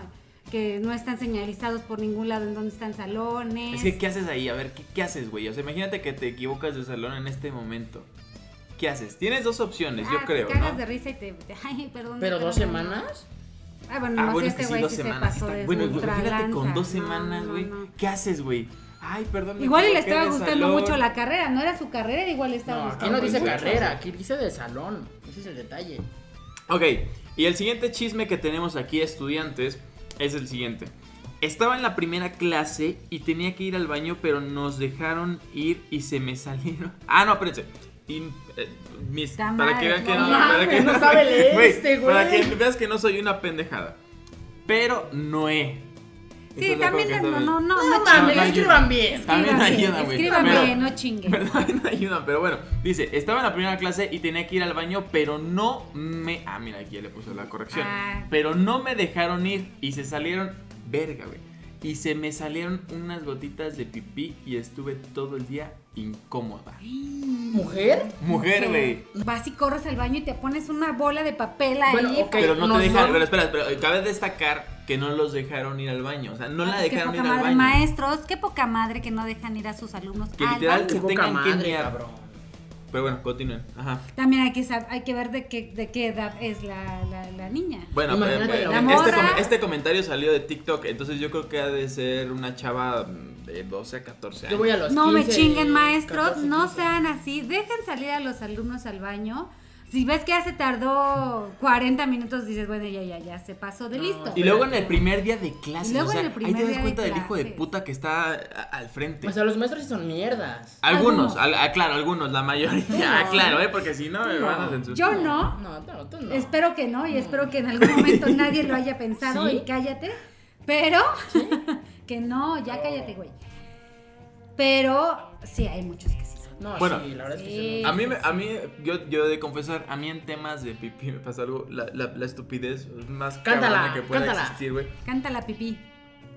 Speaker 2: Que no están señalizados por ningún lado en donde están salones.
Speaker 1: Es que, ¿qué haces ahí? A ver, ¿qué, qué haces, güey? O sea, imagínate que te equivocas de salón en este momento. ¿Qué haces? Tienes dos opciones,
Speaker 2: Ah,
Speaker 1: yo creo,
Speaker 2: te cagas
Speaker 1: ¿no?
Speaker 2: de risa y te... te- Ay, perdón.
Speaker 3: Pero
Speaker 2: perdón,
Speaker 3: dos
Speaker 2: perdón.
Speaker 3: semanas.
Speaker 2: Ah, bueno,
Speaker 1: Ah,
Speaker 2: no,
Speaker 1: bueno,
Speaker 2: sí,
Speaker 1: es que
Speaker 2: este
Speaker 1: sí,
Speaker 2: güey
Speaker 1: dos
Speaker 2: sí se
Speaker 1: semanas.
Speaker 2: pasó
Speaker 1: está-
Speaker 2: de
Speaker 1: Bueno,
Speaker 2: su
Speaker 1: imagínate con
Speaker 2: ultralanza.
Speaker 1: dos
Speaker 2: No,
Speaker 1: semanas,
Speaker 2: no,
Speaker 1: güey.
Speaker 2: no.
Speaker 1: ¿Qué haces, güey? Ay, perdón. me
Speaker 2: Igual y le
Speaker 1: equivoqué
Speaker 2: estaba
Speaker 1: de
Speaker 2: gustando
Speaker 1: salón.
Speaker 2: mucho la carrera, no era su carrera, igual le estaba
Speaker 3: No, aquí
Speaker 2: gustando.
Speaker 3: no
Speaker 1: Ah,
Speaker 3: dice
Speaker 1: pues,
Speaker 3: carrera, aquí dice de salón. Ese es el detalle.
Speaker 1: Ok, y el siguiente chisme que tenemos aquí, estudiantes, es el siguiente. Estaba en la primera clase y tenía que ir al baño, pero nos dejaron ir y se me salieron. Ah, no, espérense. Y, eh, mis-
Speaker 2: Ta
Speaker 1: para que
Speaker 2: madre,
Speaker 1: vean que
Speaker 2: no
Speaker 1: no,
Speaker 2: mames,
Speaker 1: para que
Speaker 3: no sabe leer
Speaker 1: Güey,
Speaker 3: este güey.
Speaker 1: Para que veas que no soy una pendejada. Pero no he.
Speaker 2: Sí,
Speaker 1: Entonces, la
Speaker 2: también
Speaker 1: como que
Speaker 2: no,
Speaker 1: está
Speaker 2: no, no,
Speaker 1: bien.
Speaker 2: no,
Speaker 1: mames,
Speaker 2: chingue.
Speaker 1: escriban
Speaker 3: bien.
Speaker 1: También
Speaker 2: Escríbame,
Speaker 1: ayuda, güey.
Speaker 2: escríbame,
Speaker 1: Pero-
Speaker 2: no chingue.
Speaker 1: Perdón, ayudan, pero bueno. Dice, estaba en la primera clase y tenía que ir al baño, pero no me... Ah, mira, aquí ya le puse la corrección.
Speaker 2: Ah.
Speaker 1: Pero no me dejaron ir y se salieron... Verga, güey. Y se me salieron unas gotitas de pipí y estuve todo el día incómoda.
Speaker 3: ¿Mujer?
Speaker 1: Mujer, güey.
Speaker 2: Vas y corres al baño y te pones una bola de papel ahí.
Speaker 3: Bueno, ok.
Speaker 1: Pero no,
Speaker 3: No
Speaker 1: te dejaron...
Speaker 3: son-
Speaker 1: Pero espera, pero eh, cabe destacar que no los dejaron ir al baño. O sea, no la
Speaker 2: Pues,
Speaker 1: dejaron
Speaker 2: qué
Speaker 1: ir
Speaker 2: poca
Speaker 1: al
Speaker 2: madre,
Speaker 1: baño.
Speaker 2: maestros, qué poca madre que no dejan ir a sus alumnos
Speaker 1: Que
Speaker 2: al
Speaker 1: literal-
Speaker 2: baño.
Speaker 1: Que
Speaker 3: Qué poca
Speaker 1: tengan que
Speaker 3: madre,
Speaker 1: mear.
Speaker 3: cabrón.
Speaker 1: Pero bueno, continúen. Ajá.
Speaker 2: También hay que, sab- hay que ver de qué, de qué edad es la, la, la niña.
Speaker 1: Bueno,
Speaker 3: Imagínate
Speaker 1: pero- pero
Speaker 3: la
Speaker 1: este,
Speaker 2: morra.
Speaker 1: com- este comentario salió de TikTok, entonces yo creo que ha de ser una chava mm, de 12 a 14 años.
Speaker 3: Yo voy a los
Speaker 2: No me
Speaker 3: 15,
Speaker 2: chinguen, maestros,
Speaker 3: 14,
Speaker 2: no
Speaker 3: 15.
Speaker 2: sean así. Dejen salir a los alumnos al baño. Si ves que ya se tardó 40 minutos, dices, bueno, ya, ya, ya, se pasó de
Speaker 3: No,
Speaker 2: listo.
Speaker 1: Y luego en el primer día de clases,
Speaker 2: Y luego
Speaker 1: o sea,
Speaker 2: en el primer
Speaker 1: ahí te
Speaker 2: día
Speaker 1: das
Speaker 2: de
Speaker 1: cuenta del hijo de
Speaker 2: clases.
Speaker 1: puta que está a- al frente.
Speaker 3: O sea, los maestros sí son mierdas.
Speaker 1: algunos,
Speaker 2: algunos.
Speaker 1: al- ah, claro, algunos, la mayoría,
Speaker 3: No.
Speaker 1: ah, claro, ¿eh? porque si no me
Speaker 3: No.
Speaker 1: van a censurar.
Speaker 2: Yo Ah, no,
Speaker 3: No, no, tú no.
Speaker 2: espero que no, y espero que en algún momento nadie lo haya pensado
Speaker 3: ¿Sí?
Speaker 2: y cállate, pero que no, ya cállate, güey. Pero sí, hay muchos que sí son.
Speaker 3: No,
Speaker 1: Bueno.
Speaker 3: sí, la verdad es que
Speaker 2: Sí.
Speaker 3: sí.
Speaker 1: A mí, me- a mí yo, yo he de confesar, a mí en temas de pipí me pasa algo, la, la- la estupidez más
Speaker 3: Cántala,
Speaker 1: cabrona que pueda
Speaker 3: cántala.
Speaker 1: existir, güey.
Speaker 2: Canta la pipí.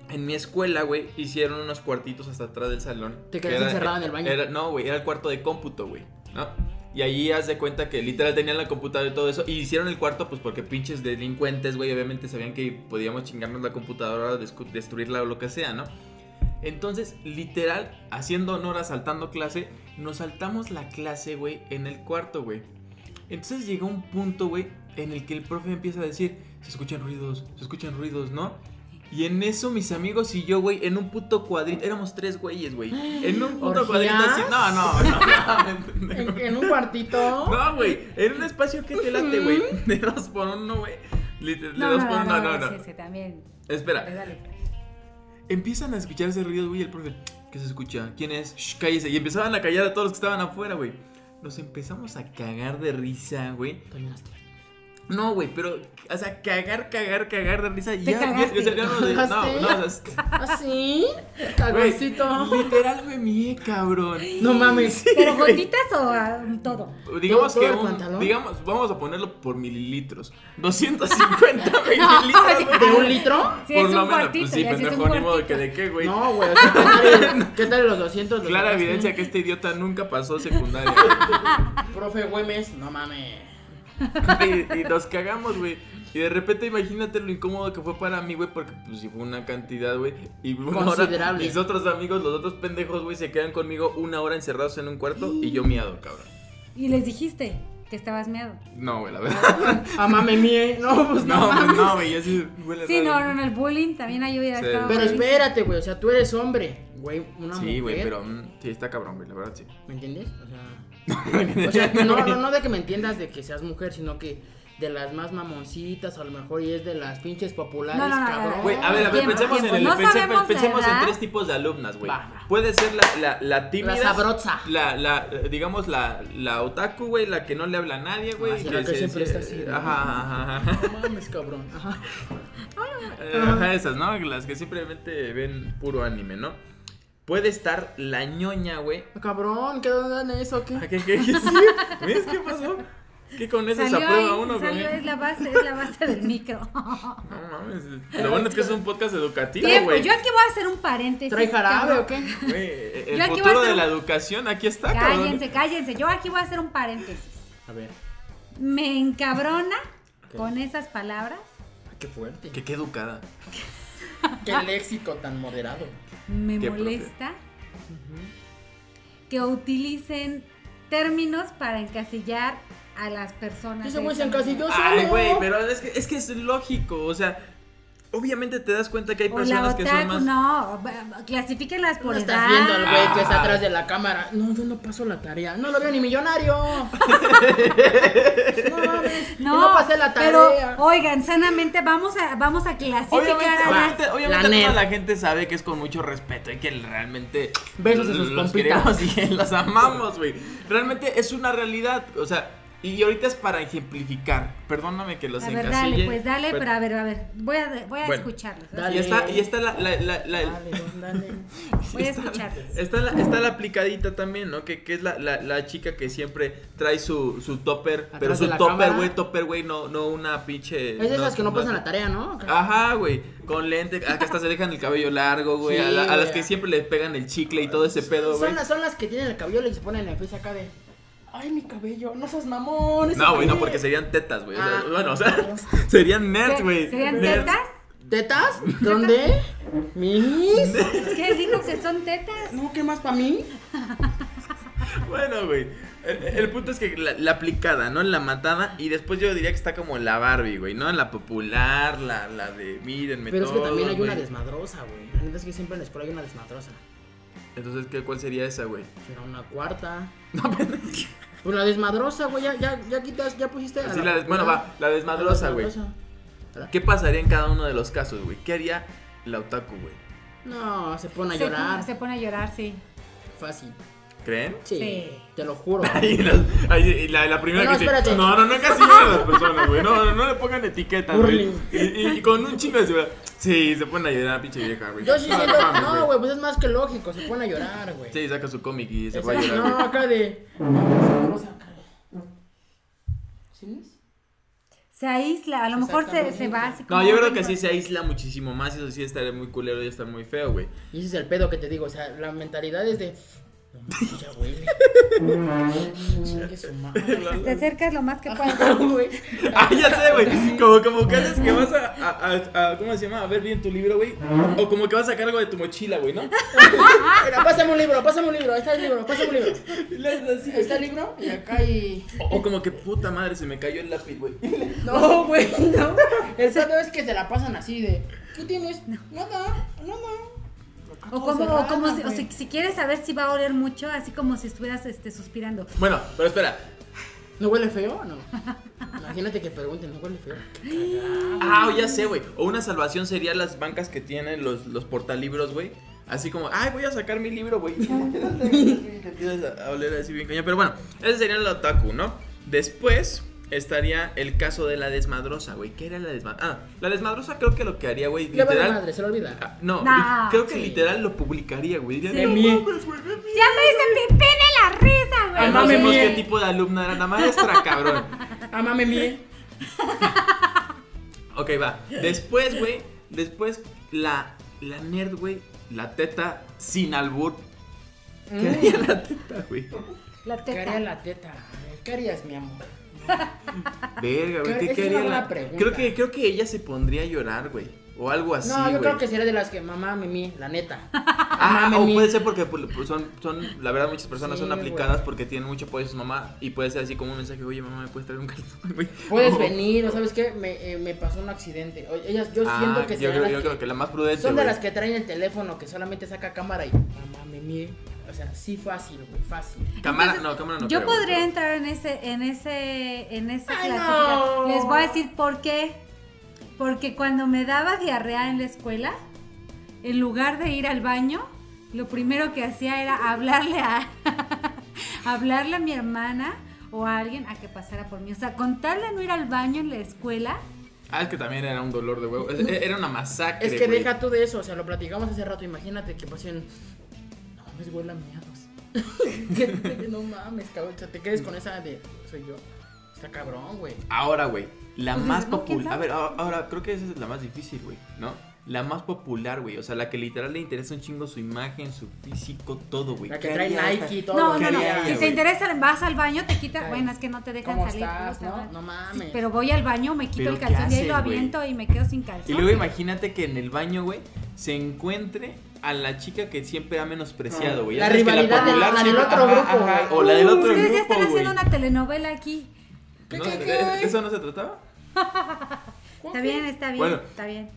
Speaker 1: En mi escuela, güey, hicieron unos cuartitos hasta atrás del salón.
Speaker 3: Te
Speaker 1: que
Speaker 3: quedaste
Speaker 1: era- e-
Speaker 3: encerrado en el baño.
Speaker 1: era- no, güey, era el cuarto de cómputo, güey, ¿no? Y allí haz de cuenta que literal tenían la computadora y todo eso. Y hicieron el cuarto, pues porque pinches delincuentes, güey, obviamente sabían que podíamos chingarnos la computadora, descu- destruirla o lo que sea, ¿no? Entonces, literal, haciendo honor a saltando clase, nos saltamos la clase, güey, en el cuarto, güey. Entonces llegó un punto, güey, en el que el profe empieza a decir, se escuchan ruidos, se escuchan ruidos, ¿no? Y en eso mis amigos y yo, güey, en un puto cuadrito, éramos tres güeyes, güey. En un puto
Speaker 3: ¿Orgías?
Speaker 1: cuadrito así. No, no, no. me entendés,
Speaker 3: En,
Speaker 1: güey.
Speaker 3: en un cuartito.
Speaker 1: No, güey. En un espacio que te late, güey. De dos por uno, güey. Literal, De
Speaker 2: No,
Speaker 1: dos
Speaker 2: no,
Speaker 1: por
Speaker 2: no,
Speaker 1: uno, no,
Speaker 2: sí,
Speaker 1: no.
Speaker 2: sí, también.
Speaker 1: Espera.
Speaker 2: Dale, dale.
Speaker 1: Empiezan a escucharse ruidos, güey. El profe, ¿qué se escucha? ¿Quién es? Shh, cállese. Y empezaban a callar a todos los que estaban afuera, güey. Nos empezamos a cagar de risa, güey. No, güey, pero, o sea, cagar, cagar, cagar de risa. ya, ya,
Speaker 2: cagaste.
Speaker 1: o sea, ya no, no,
Speaker 3: ¿Cagaste?
Speaker 1: no, o sea,
Speaker 3: ¿Ah, ¿Así?
Speaker 1: Güey,
Speaker 3: Cagoncito.
Speaker 1: Literal me mié, cabrón.
Speaker 3: No mames.
Speaker 2: ¿Pero gotitas o ah, todo?
Speaker 1: Digamos
Speaker 3: ¿Todo-
Speaker 1: que
Speaker 3: todo el
Speaker 1: un-
Speaker 3: pantalón?
Speaker 1: digamos, vamos a ponerlo por mililitros. 250 mililitros. güey.
Speaker 3: ¿De un litro?
Speaker 2: Sí,
Speaker 1: por
Speaker 2: es un
Speaker 1: lo menos,
Speaker 2: cuartito,
Speaker 1: pues sí,
Speaker 2: ya, sí, es un
Speaker 1: pendejo, ni modo que
Speaker 2: cuartito.
Speaker 1: de qué, güey.
Speaker 3: No, pues güey. o sea, ¿qué, tal, qué tal los 200? los
Speaker 1: Clara
Speaker 3: sacaste?
Speaker 1: evidencia que este idiota nunca pasó secundaria. güey.
Speaker 3: Profe Güemes, no mames.
Speaker 1: y, y nos cagamos, güey. Y de repente imagínate lo incómodo que fue para mí, güey, porque pues si fue una cantidad, güey. Y una hora,
Speaker 3: Considerable.
Speaker 1: mis otros amigos, los otros pendejos, güey, se quedan conmigo una hora encerrados en un cuarto y yo miado, cabrón.
Speaker 2: Y les dijiste que estabas meado.
Speaker 1: No, güey, la verdad.
Speaker 3: A Ah, mame mie. No, pues no.
Speaker 1: No, pues no, güey, yo sí huele
Speaker 2: Sí, no,
Speaker 1: raro.
Speaker 2: no, no, el bullying también ahí hubiera
Speaker 1: Sí.
Speaker 2: estado.
Speaker 3: Pero
Speaker 2: buenísimo.
Speaker 3: espérate, güey. O sea, tú eres hombre. Güey, una mujer.
Speaker 1: Sí, güey, pero mm, sí, está cabrón, güey, la verdad sí.
Speaker 3: ¿Me entiendes? O sea. o sea, no, no, no de que me entiendas de que seas mujer, sino que de las más mamoncitas, a lo mejor y es de las pinches populares,
Speaker 2: No, no, no,
Speaker 3: cabrón.
Speaker 2: no, no.
Speaker 1: Güey, a ver, a ver,
Speaker 2: Tiempo,
Speaker 1: pensemos
Speaker 2: tiempo.
Speaker 1: en el
Speaker 2: No
Speaker 1: pense-
Speaker 2: sabemos la
Speaker 1: pensemos en
Speaker 2: edad.
Speaker 1: tres tipos de alumnas, güey.
Speaker 3: Va.
Speaker 1: Puede ser la, la, la tímida.
Speaker 3: La sabrosa.
Speaker 1: La, la, eh, digamos, la, la otaku, güey, la que no le habla a nadie, güey.
Speaker 3: Ah, sí, la que siempre está así, ¿no?
Speaker 1: Ajá, ajá, ajá.
Speaker 3: No mames, cabrón. Ajá.
Speaker 1: Eh,
Speaker 3: Ah.
Speaker 1: ajá, esas, ¿no? Las que simplemente ven puro anime, ¿no? Puede estar la ñoña, güey.
Speaker 3: Ah,
Speaker 1: Ah,
Speaker 3: Cabrón, ¿qué onda en eso? o ¿Qué?
Speaker 1: ¿Qué, qué, qué, sí? ¿Ves qué pasó? ¿Qué con eso se
Speaker 2: Salió
Speaker 1: aprueba
Speaker 2: ahí,
Speaker 1: uno,
Speaker 2: salió,
Speaker 1: güey?
Speaker 2: es la base, es la base del micro.
Speaker 1: No mames. Lo bueno es que es un podcast educativo,
Speaker 2: Tiempo,
Speaker 1: güey.
Speaker 2: yo aquí voy a hacer un paréntesis.
Speaker 3: ¿Trae jarabe
Speaker 2: cabrón.
Speaker 3: o qué? Ah,
Speaker 1: Güey, eh, el
Speaker 2: Yo aquí voy a
Speaker 1: futuro
Speaker 2: hacer
Speaker 1: de
Speaker 2: un-
Speaker 1: la educación aquí está, cabrón.
Speaker 2: Cállense, cállense. Yo aquí voy a hacer un paréntesis.
Speaker 3: A ver,
Speaker 2: Me encabrona con esas palabras.
Speaker 3: qué fuerte.
Speaker 1: Que qué educada.
Speaker 3: Qué léxico tan moderado.
Speaker 2: Me
Speaker 1: Qué
Speaker 2: molesta que utilicen términos para encasillar a las personas.
Speaker 3: Ese
Speaker 2: de
Speaker 3: güey se
Speaker 2: esa manera.
Speaker 3: encasilló
Speaker 1: Ay,
Speaker 3: solo.
Speaker 1: güey, pero es que, es que es lógico, o sea, obviamente te das cuenta que hay
Speaker 2: O la
Speaker 1: personas que son
Speaker 2: otaku,
Speaker 1: más...
Speaker 2: no, b- b- clasifíquenlas
Speaker 3: No
Speaker 2: por edad.
Speaker 3: estás viendo al güey que
Speaker 1: Ah.
Speaker 3: está atrás de la cámara. No, yo no paso la tarea. No lo veo ni millonario. no mames.
Speaker 2: No,
Speaker 3: No pasé la tarea.
Speaker 2: Pero, oigan, sanamente vamos a, vamos a clasificar
Speaker 1: Obviamente,
Speaker 2: a las-
Speaker 1: obviamente, obviamente toda
Speaker 3: La neta.
Speaker 1: la gente sabe que es con mucho respeto y que realmente
Speaker 3: Besos a sus
Speaker 1: los
Speaker 3: compitas.
Speaker 1: queremos y que los amamos, güey. Realmente es una realidad, o sea, y ahorita es para ejemplificar. Perdóname que los
Speaker 2: A ver,
Speaker 1: encasille.
Speaker 2: dale, pues dale,
Speaker 1: pero-
Speaker 2: pero a ver, a ver, voy a, voy a
Speaker 1: Bueno,
Speaker 2: escucharlos.
Speaker 3: dale.
Speaker 1: Y está, y está la- la- la- la-
Speaker 3: Dale, dale.
Speaker 2: Voy a
Speaker 1: Está-
Speaker 2: escucharlos.
Speaker 1: Está la, está la aplicadita también, ¿no? Que, que es la, la, la chica que siempre trae su, su topper, pero
Speaker 3: Atrás
Speaker 1: su
Speaker 3: de la
Speaker 1: topper,
Speaker 3: cámara.
Speaker 1: güey, topper, güey, no, no una pinche...
Speaker 3: Es de esas que no pasan la tarea, ¿no?
Speaker 1: Ajá, güey, con lente, a que hasta se dejan el cabello largo, güey,
Speaker 3: Sí,
Speaker 1: a, la- a
Speaker 3: güey.
Speaker 1: las que siempre le pegan el chicle y todo ese pedo, güey.
Speaker 3: Son las, son las que tienen el cabello y se ponen en el face acá de. Ay, mi cabello, no seas mamón. ¿eso
Speaker 1: No, güey, no,
Speaker 3: qué?"
Speaker 1: porque serían tetas, güey. o sea,
Speaker 3: Ah.
Speaker 1: bueno, o sea, serían nerds, güey.
Speaker 2: ¿Serían
Speaker 1: Nerds.
Speaker 2: tetas?
Speaker 3: ¿Tetas? ¿Dónde? ¿Mis?
Speaker 2: Es que digo que son tetas.
Speaker 3: No, ¿qué más para mí?
Speaker 1: Bueno, güey. El, el punto es que la, la aplicada, ¿no? La matada. Y después yo diría que está como la Barbie, güey, ¿no? La popular, la, la de mírenme
Speaker 3: Pero es que
Speaker 1: todos,
Speaker 3: también hay una
Speaker 1: güey.
Speaker 3: desmadrosa, güey. La neta es que siempre en la escuela hay una desmadrosa.
Speaker 1: Entonces, ¿qué, ¿cuál sería esa, güey?
Speaker 3: Será una cuarta.
Speaker 1: No, pendejo.
Speaker 3: Pues la desmadrosa, güey, ya, ya, ya quitas, ya pusiste a
Speaker 1: Así la des- bueno, va, la desmadrosa, güey. ¿Qué pasaría en cada uno de los casos, güey? ¿Qué haría la otaku, güey?
Speaker 3: No, se pone a
Speaker 2: Se-
Speaker 3: llorar.
Speaker 2: Se, pone a llorar, sí.
Speaker 3: Fácil.
Speaker 1: ¿Creen?
Speaker 3: Sí,
Speaker 2: Sí.
Speaker 3: Te lo juro.
Speaker 1: Ahí los- ahí- y la, la primera
Speaker 3: No,
Speaker 1: que dice,
Speaker 3: espérate.
Speaker 1: No, no, no encasillen a las personas, güey. No, no, no le pongan etiqueta, güey.
Speaker 3: Burling.
Speaker 1: Y, y- y con un chingo de seguridad. Sí, se ponen a llorar, pinche vieja, güey.
Speaker 3: Yo sí
Speaker 1: No,
Speaker 3: siento.
Speaker 1: mames,
Speaker 3: No, güey, pues es más que lógico. Se pone a llorar, güey.
Speaker 1: Sí, saca su cómic y se
Speaker 3: Esa-
Speaker 1: va a llorar.
Speaker 3: No,
Speaker 1: güey.
Speaker 3: acá de. ¿Sí es?
Speaker 2: Se aísla, a lo mejor se,
Speaker 3: Exactamente.
Speaker 2: se va así
Speaker 1: No,
Speaker 2: como-
Speaker 1: yo creo que sí se aísla muchísimo más. Eso sí estaría muy culero y está muy feo, güey.
Speaker 3: Y ese es el pedo que te digo. O sea, la mentalidad es de. No, mames, ya huele. Chingue su madre.
Speaker 2: Te acercas lo más que puedas.
Speaker 3: güey.
Speaker 1: Ah, ya sé, güey. Como, como que haces que vas a, a- a- a- ¿Cómo se llama? A ver bien tu libro, güey. O como que vas a sacar algo de tu mochila, güey, ¿no?
Speaker 3: Mira, pásame un libro, pásame un libro. Ahí está el libro, pásame un libro.
Speaker 1: Y le haces así.
Speaker 3: Ahí está el libro y acá y.
Speaker 1: O, o como que puta madre, se me cayó el lápiz, güey.
Speaker 3: No, güey, no. El pedo es que se la pasan así de. ¿Qué tienes? Nada, nada.
Speaker 2: O como, o como si, o si, si quieres saber si va a oler mucho, así como si estuvieras este, suspirando.
Speaker 1: Bueno, pero espera.
Speaker 3: ¿No huele feo o no? Imagínate que pregunten, ¿no huele feo?
Speaker 1: Ah, ya sé, güey. O una salvación sería las bancas que tienen los, los portalibros, güey. Así como, ay, voy a sacar mi libro, güey. Y te empiezas a oler así bien cañón. Pero bueno, ese sería el otaku, ¿no? Después estaría el caso de la desmadrosa, güey. ¿Qué era la desmadrosa? Ah, la desmadrosa creo que lo que haría, güey,
Speaker 3: Le vale
Speaker 1: literal.
Speaker 3: madre, se lo olvida.
Speaker 1: Ah, No,
Speaker 2: Nah.
Speaker 1: y creo que
Speaker 3: Sí.
Speaker 1: literal lo publicaría, güey. Diría,
Speaker 2: Sí.
Speaker 1: "No
Speaker 3: Mie.
Speaker 1: mames, güey, ve mi
Speaker 2: ¡Ya me hice pipí de la risa, güey!
Speaker 1: Ahí no
Speaker 3: Mame
Speaker 1: vemos
Speaker 3: mía.
Speaker 1: qué tipo de alumna era la maestra, cabrón.
Speaker 3: Amame Ah, mire.
Speaker 1: Ok, va. Después, güey. Después, la, la nerd, güey. La teta sin albur. ¿Qué
Speaker 3: Mm.
Speaker 1: haría la teta, güey?
Speaker 2: La
Speaker 3: ¿Qué haría
Speaker 2: teta.
Speaker 3: la teta? A ver, ¿Qué harías, mi amor?
Speaker 1: Verga, güey. ¿Qué, qué
Speaker 3: Esa es una
Speaker 1: haría
Speaker 3: buena
Speaker 1: la
Speaker 3: pregunta.
Speaker 1: creo que, creo que ella se pondría a llorar, güey. O algo así,
Speaker 3: No, yo
Speaker 1: Ah, güey.
Speaker 3: creo que sería de las que mamá me mie, la neta.
Speaker 1: Ah,
Speaker 3: Mame
Speaker 1: o
Speaker 3: mie.
Speaker 1: puede ser porque pues, pues, son, son, la verdad, muchas personas
Speaker 3: Sí,
Speaker 1: son aplicadas
Speaker 3: güey.
Speaker 1: porque tienen mucho apoyo de su mamá y puede ser así como un mensaje, oye, mamá, ¿me puedes traer un cartón, güey?
Speaker 3: Puedes
Speaker 1: O-
Speaker 3: venir, o sabes qué, me, eh, me pasó un accidente. O- ellas, yo
Speaker 1: Ah,
Speaker 3: siento que
Speaker 1: yo,
Speaker 3: serían
Speaker 1: creo,
Speaker 3: las
Speaker 1: yo
Speaker 3: que-
Speaker 1: creo que la más prudente,
Speaker 3: Son de
Speaker 1: güey.
Speaker 3: las que traen el teléfono que solamente saca cámara y mamá me mire. O sea, sí fácil, güey, fácil.
Speaker 1: Cámara,
Speaker 2: Entonces,
Speaker 1: no, cámara no
Speaker 2: Yo
Speaker 1: creo, güey,
Speaker 2: podría
Speaker 1: pero-
Speaker 2: entrar en ese, en ese, en ese
Speaker 3: Ay,
Speaker 2: clasificado.
Speaker 3: no.
Speaker 2: Les voy a decir por qué. Porque cuando me daba diarrea en la escuela, en lugar de ir al baño, lo primero que hacía era hablarle a hablarle a mi hermana o a alguien a que pasara por mí. O sea, contarle no ir al baño en la escuela.
Speaker 1: Ah, es que también era un dolor de huevo. Es- Era una masacre.
Speaker 3: Es que
Speaker 1: güey.
Speaker 3: deja tú de eso, o sea, lo platicamos hace rato, imagínate que pasen. No mames, huele a miados. Que- no mames, cabrón. O sea, te quedes con esa de soy yo. Está cabrón, güey.
Speaker 1: Ahora, güey, la
Speaker 2: Pues,
Speaker 1: más
Speaker 2: ¿no? ¿Quién
Speaker 1: popular. A
Speaker 2: sabe?
Speaker 1: ver, ahora, ahora, creo que esa es la más difícil, güey, ¿no? La más popular, güey. O sea, la que literal le interesa un chingo su imagen, su físico, todo, güey.
Speaker 3: La
Speaker 1: ¿Qué
Speaker 3: que trae
Speaker 1: haría esta?
Speaker 3: Nike y todo.
Speaker 2: No,
Speaker 1: ¿qué
Speaker 2: no, no.
Speaker 1: haría,
Speaker 2: Si te
Speaker 1: güey?
Speaker 2: interesa, vas al baño, te quitas.
Speaker 3: Ay,
Speaker 2: Bueno, es que no te dejan
Speaker 3: ¿Cómo
Speaker 2: salir.
Speaker 3: estás,
Speaker 2: ¿cómo
Speaker 3: no?
Speaker 2: estás?
Speaker 3: No
Speaker 2: Sí,
Speaker 3: mames.
Speaker 2: pero voy al baño, me quito
Speaker 1: ¿Pero
Speaker 2: el
Speaker 1: qué
Speaker 2: calzón y ahí
Speaker 1: haces,
Speaker 2: lo
Speaker 1: güey?
Speaker 2: aviento y me quedo sin calzón.
Speaker 1: Y luego imagínate que en el baño, güey, se encuentre a la chica que siempre ha menospreciado, güey. Ya
Speaker 3: Ah, La
Speaker 1: sabes que
Speaker 3: rivalidad de la-
Speaker 1: popular
Speaker 3: la del
Speaker 1: siempre- Ah,
Speaker 3: otro
Speaker 1: ajá,
Speaker 3: grupo,
Speaker 1: ajá,
Speaker 3: güey.
Speaker 1: O la del otro
Speaker 2: Ustedes ya
Speaker 1: grupo,
Speaker 2: están
Speaker 1: güey.
Speaker 2: haciendo una telenovela aquí.
Speaker 1: ¿No?
Speaker 3: ¿Qué, qué,
Speaker 1: ¿De-
Speaker 3: qué?
Speaker 1: ¿Eso no se trataba?
Speaker 2: Está bien, está bien,
Speaker 1: Bueno.
Speaker 2: está bien.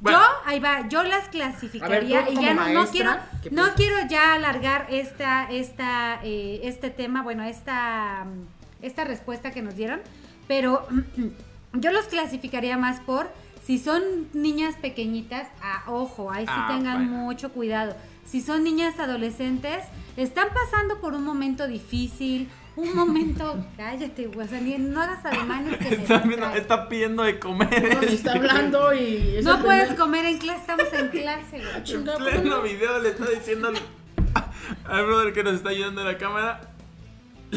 Speaker 1: Bueno.
Speaker 2: Yo, ahí va, yo las clasificaría
Speaker 3: A ver, tú
Speaker 2: y
Speaker 3: como
Speaker 2: ya no, no
Speaker 3: maestra,
Speaker 2: quiero,
Speaker 3: ¿qué
Speaker 2: no
Speaker 3: piensas?
Speaker 2: quiero ya alargar esta, esta, eh, este tema, bueno, esta, mm, esta respuesta que nos dieron, pero yo los clasificaría más por si son niñas pequeñitas, a ojo, ahí sí
Speaker 1: Ah,
Speaker 2: tengan
Speaker 1: bueno.
Speaker 2: mucho cuidado. Si son niñas adolescentes, están pasando por un momento difícil, un momento, cállate, güey, o sea, ni- no hagas ademanes que me
Speaker 1: Está, viendo-
Speaker 2: distraen.
Speaker 1: está pidiendo de comer.
Speaker 3: No, ni
Speaker 1: este,
Speaker 3: está
Speaker 1: güey.
Speaker 3: hablando y. es
Speaker 2: No
Speaker 3: el
Speaker 2: puedes
Speaker 3: primer- Ah,
Speaker 2: comer en clase, estamos en clase, güey.
Speaker 3: Chinga, ¿por qué no?
Speaker 1: pleno video le está diciendo al, al brother que nos está ayudando en la cámara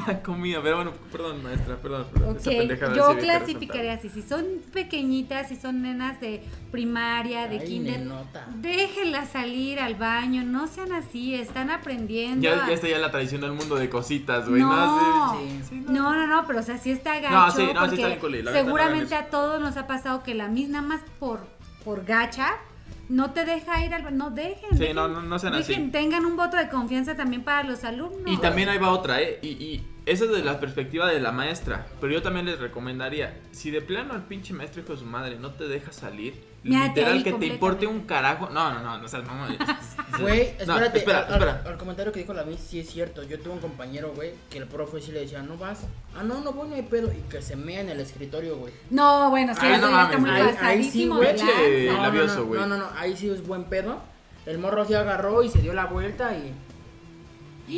Speaker 1: la comida. Pero bueno, perdón, maestra, perdón. perdón esa pendeja
Speaker 2: Ok,
Speaker 1: no
Speaker 2: yo
Speaker 1: sirve que
Speaker 2: clasificaría así. Si son pequeñitas, si son nenas de primaria, de
Speaker 3: Ay,
Speaker 2: kinder,
Speaker 3: nenota.
Speaker 2: déjenlas salir al baño, no sean así, están
Speaker 1: resaltar.
Speaker 2: aprendiendo.
Speaker 1: Ya,
Speaker 2: a-
Speaker 1: ya está ya la traición al mundo de cositas, güey.
Speaker 2: No.
Speaker 1: Sí,
Speaker 3: Sí.
Speaker 1: sí, no.
Speaker 2: No, no, no, pero o sea, sí está gacho.
Speaker 1: No, sí, no, sí
Speaker 2: porque
Speaker 1: está bien culé, la neta, no
Speaker 2: seguramente
Speaker 1: hagan
Speaker 2: a todos nos ha pasado que la misma más por, por gacha no te deja ir al baño. No dejen.
Speaker 1: Sí,
Speaker 2: dejen-
Speaker 1: no, no, no sean así.
Speaker 2: dejen, Tengan un voto de confianza también para los alumnos.
Speaker 1: Y también ahí va otra, ¿eh? Y, y Esa es de la perspectiva de la maestra, pero yo también les recomendaría, si de plano el pinche maestro hijo de su madre no te deja salir,
Speaker 2: Mírate
Speaker 1: literal
Speaker 2: ahí
Speaker 1: que te
Speaker 2: completamente.
Speaker 1: importe un carajo. No, no, no, no seas mamón.
Speaker 3: Güey,
Speaker 1: No,
Speaker 3: espérate,
Speaker 1: espera,
Speaker 3: al, al-
Speaker 1: espera.
Speaker 3: al comentario que dijo la Miss, sí es cierto. Yo tuve un compañero, güey, que el profe sí le decía, no vas. Ah, no, no voy, no hay pedo. Y que se mea en el escritorio, güey.
Speaker 2: No, bueno, sí,
Speaker 1: Ay,
Speaker 2: eso
Speaker 1: no
Speaker 2: ya está
Speaker 1: mames,
Speaker 2: muy
Speaker 1: güey. Ahí- ahí
Speaker 2: pasadísimo
Speaker 1: sí,
Speaker 2: de
Speaker 1: güey.
Speaker 2: lanza.
Speaker 1: Eh,
Speaker 3: no, no,
Speaker 1: labioso,
Speaker 3: no,
Speaker 1: güey.
Speaker 3: No, no, no, ahí sí es buen pedo. El morro sí agarró y se dio la vuelta y.
Speaker 2: ¡Ah!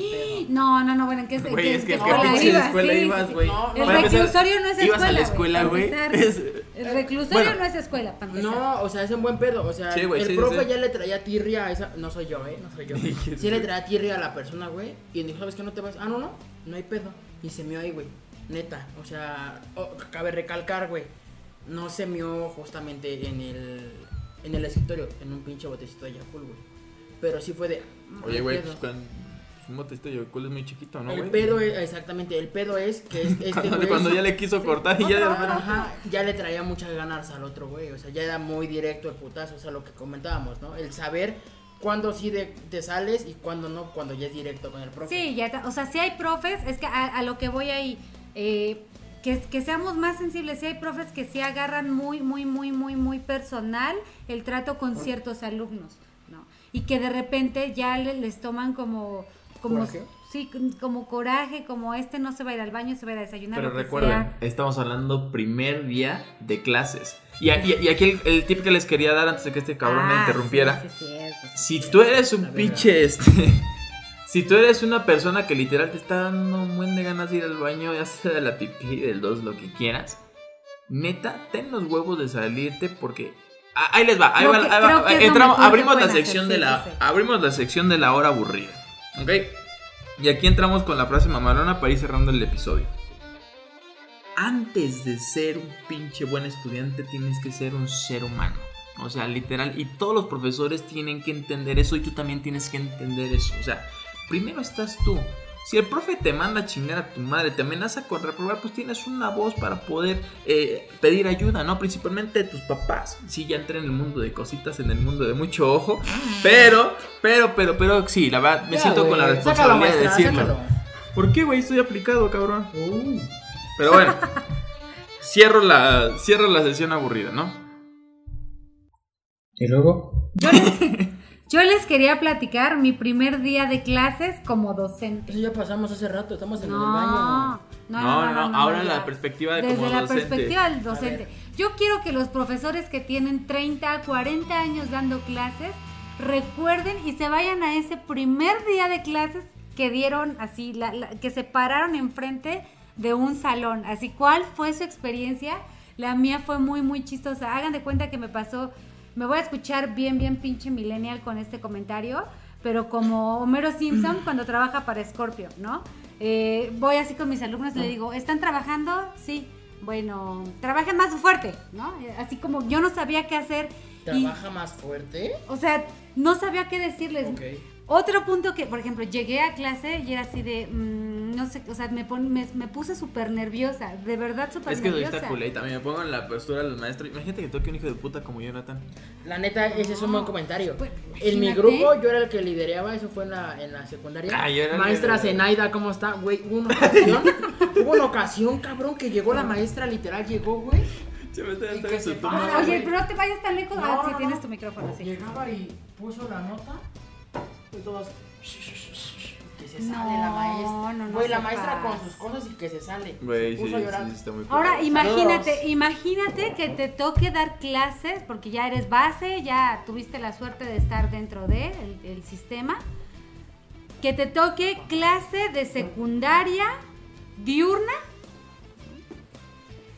Speaker 2: No, no, no, bueno, ¿en qué, en
Speaker 1: Güey,
Speaker 2: qué-
Speaker 1: es que
Speaker 2: en
Speaker 1: a
Speaker 2: qué
Speaker 1: qué pinche
Speaker 2: ibas?
Speaker 1: escuela
Speaker 2: Sí, sí,
Speaker 1: ibas,
Speaker 2: sí.
Speaker 1: güey.
Speaker 3: No,
Speaker 2: El
Speaker 1: Para empezar,
Speaker 2: reclusorio no es
Speaker 1: Ibas a la
Speaker 2: escuela,
Speaker 1: escuela,
Speaker 2: güey,
Speaker 1: güey.
Speaker 2: para
Speaker 1: Es-
Speaker 2: El reclusorio
Speaker 1: Bueno.
Speaker 2: no es escuela, para empezar.
Speaker 3: No, o sea, es un buen pedo. O sea,
Speaker 1: Sí, güey,
Speaker 3: el
Speaker 1: sí,
Speaker 3: profe
Speaker 1: sí.
Speaker 3: ya le traía tirria a esa. No soy yo, ¿eh? No soy yo. sí le traía tirria a la persona, güey. Y dijo, ¿sabes qué? No te vas. Ah, no, no. No hay pedo. Y se meó ahí, güey. Neta. O sea, oh, cabe recalcar, güey. No se meó justamente en el. En el escritorio. En un pinche botecito de Yakul, güey. Pero sí fue de. "Mm, no
Speaker 1: Oye,
Speaker 3: hay
Speaker 1: güey,
Speaker 3: pedo.
Speaker 1: pues con un botecito de Yokult es muy chiquito, ¿no,
Speaker 3: el
Speaker 1: güey?
Speaker 3: pedo es, exactamente, el pedo es que es- este
Speaker 1: Cuando,
Speaker 3: güey-
Speaker 1: cuando ya le quiso cortar y ya de repente-
Speaker 3: Ajá, ya le traía muchas ganas al otro güey, o sea, ya era muy directo el putazo, o sea, lo que comentábamos, ¿no? El saber cuándo sí de- te sales y cuándo no, cuando ya es directo con el profe.
Speaker 2: Sí, ya, ta- o sea, si hay profes, es que a, a lo que voy ahí, eh, que, que seamos más sensibles, si hay profes que sí agarran muy, muy, muy, muy, muy personal el trato con ciertos alumnos, ¿no? Y que de repente ya le- les toman como... como
Speaker 3: ¿Coraje?
Speaker 2: Sí, como coraje, como este no se va a ir al baño, se va a ir a desayunar.
Speaker 1: Pero
Speaker 2: lo que
Speaker 1: recuerden,
Speaker 2: sea.
Speaker 1: estamos hablando primer día de clases. Y, aquí- y aquí el, el tip que les quería dar antes de que este cabrón me
Speaker 2: Ah,
Speaker 1: interrumpiera.
Speaker 2: sí, sí, cierto, sí,
Speaker 1: Si
Speaker 2: cierto.
Speaker 1: tú eres un
Speaker 3: La verga.
Speaker 1: pinche este. Si tú eres una persona que literal te está dando un buen de ganas de ir al baño, ya sea de la pipí, del dos, lo que quieras, neta, ten los huevos de salirte porque. ah, ahí les va, ahí
Speaker 2: Creo
Speaker 1: va,
Speaker 2: que-
Speaker 1: ahí va,
Speaker 2: creo que es lo
Speaker 1: entramos-
Speaker 2: mejor que
Speaker 1: abrimos la
Speaker 2: pueden hacer,
Speaker 1: sección
Speaker 2: sí,
Speaker 1: de
Speaker 2: sí,
Speaker 1: la.
Speaker 2: sí.
Speaker 1: Abrimos la sección de la hora aburrida. ¿Ok? Y aquí entramos con la frase mamalona para ir cerrando el episodio. Antes de ser un pinche buen estudiante, tienes que ser un ser humano. O sea, literal. Y todos los profesores tienen que entender eso y tú también tienes que entender eso. O sea, primero estás tú. Si el profe te manda a chingar a tu madre, te amenaza con reprobar, pues tienes una voz para poder eh, pedir ayuda, ¿no? Principalmente de tus papás. Sí, ya entré en el mundo de cositas, en el mundo de mucho ojo. Pero, pero, pero, pero, sí, la verdad, me
Speaker 3: Ah. Ya,
Speaker 1: siento
Speaker 3: güey,
Speaker 1: con la
Speaker 3: sácalo,
Speaker 1: responsabilidad de
Speaker 3: maestra,
Speaker 1: decirlo.
Speaker 3: sácalo.
Speaker 1: ¿Por qué, güey? Estoy aplicado, cabrón.
Speaker 3: Uy.
Speaker 1: Pero bueno, cierro la, cierro la sesión aburrida, ¿no?
Speaker 4: ¿Y luego?
Speaker 2: Yo les, yo les quería platicar mi primer día de clases como docente.
Speaker 3: Eso ya pasamos hace rato, estamos en el
Speaker 2: No,
Speaker 3: baño.
Speaker 2: no, no, no, no,
Speaker 1: ahora
Speaker 2: no,
Speaker 1: la
Speaker 2: ya.
Speaker 1: perspectiva de
Speaker 2: Desde
Speaker 1: como
Speaker 2: la
Speaker 1: docente.
Speaker 2: perspectiva del
Speaker 3: A
Speaker 2: docente. Yo quiero que los profesores que tienen 30, 40 años dando clases recuerden y se vayan a ese primer día de clases que dieron así, la- la- que se pararon enfrente de un salón. Así, ¿cuál fue su experiencia? La mía fue muy, muy chistosa. Hagan de cuenta que me pasó, me voy a escuchar bien, bien pinche millennial con este comentario, pero como Homero Simpson cuando trabaja para Scorpio, ¿no? Eh, voy así con mis alumnos y
Speaker 3: Ah.
Speaker 2: le digo, ¿están trabajando? Sí. Bueno, trabajen más fuerte, ¿no? Eh, Así como yo no sabía qué hacer. Y,
Speaker 3: Trabaja más fuerte.
Speaker 2: o sea, no sabía qué decirles.
Speaker 3: Ok.
Speaker 2: Otro punto que, por ejemplo, llegué a clase y era así de, mm, no sé, o sea, me, pon- me, me puse súper nerviosa, de verdad súper
Speaker 1: Es que soy
Speaker 2: nerviosa.
Speaker 1: esta culeta, me pongo en la postura del maestro. Imagínate que toque un hijo de puta como Jonathan.
Speaker 3: La neta, ese es un buen comentario.
Speaker 2: Pues,
Speaker 3: en mi
Speaker 2: imagínate.
Speaker 3: grupo, yo era el que lideraba, eso fue en la, en la secundaria.
Speaker 1: Ah, yo era el
Speaker 3: maestra
Speaker 1: que-
Speaker 3: Zenaida, ¿cómo está? Güey, hubo una ocasión, hubo una ocasión, cabrón, que llegó la maestra, literal, llegó, güey.
Speaker 1: Se me está
Speaker 3: Y
Speaker 1: está
Speaker 3: que
Speaker 1: en su
Speaker 3: se
Speaker 1: tumba.
Speaker 3: para,
Speaker 2: Ah, Oye, pero no te vayas tan lejos.
Speaker 3: No,
Speaker 2: ah, sí,
Speaker 3: no,
Speaker 2: tienes
Speaker 3: no.
Speaker 2: tu micrófono, sí.
Speaker 3: Llegaba y puso la nota, y todos... Que se
Speaker 2: No,
Speaker 3: sale la maestra.
Speaker 2: no, no
Speaker 3: Güey, la
Speaker 2: se
Speaker 3: maestra
Speaker 2: pasa.
Speaker 3: con sus cosas y que se sale.
Speaker 1: Güey,
Speaker 3: Se
Speaker 1: sí,
Speaker 3: puso a llorar.
Speaker 1: sí, está muy
Speaker 2: Ahora
Speaker 1: culero.
Speaker 2: imagínate,
Speaker 3: Saludos.
Speaker 2: imagínate que te toque dar clases, porque ya eres base, ya tuviste la suerte de estar dentro del el, el sistema. Que te toque clase de secundaria diurna.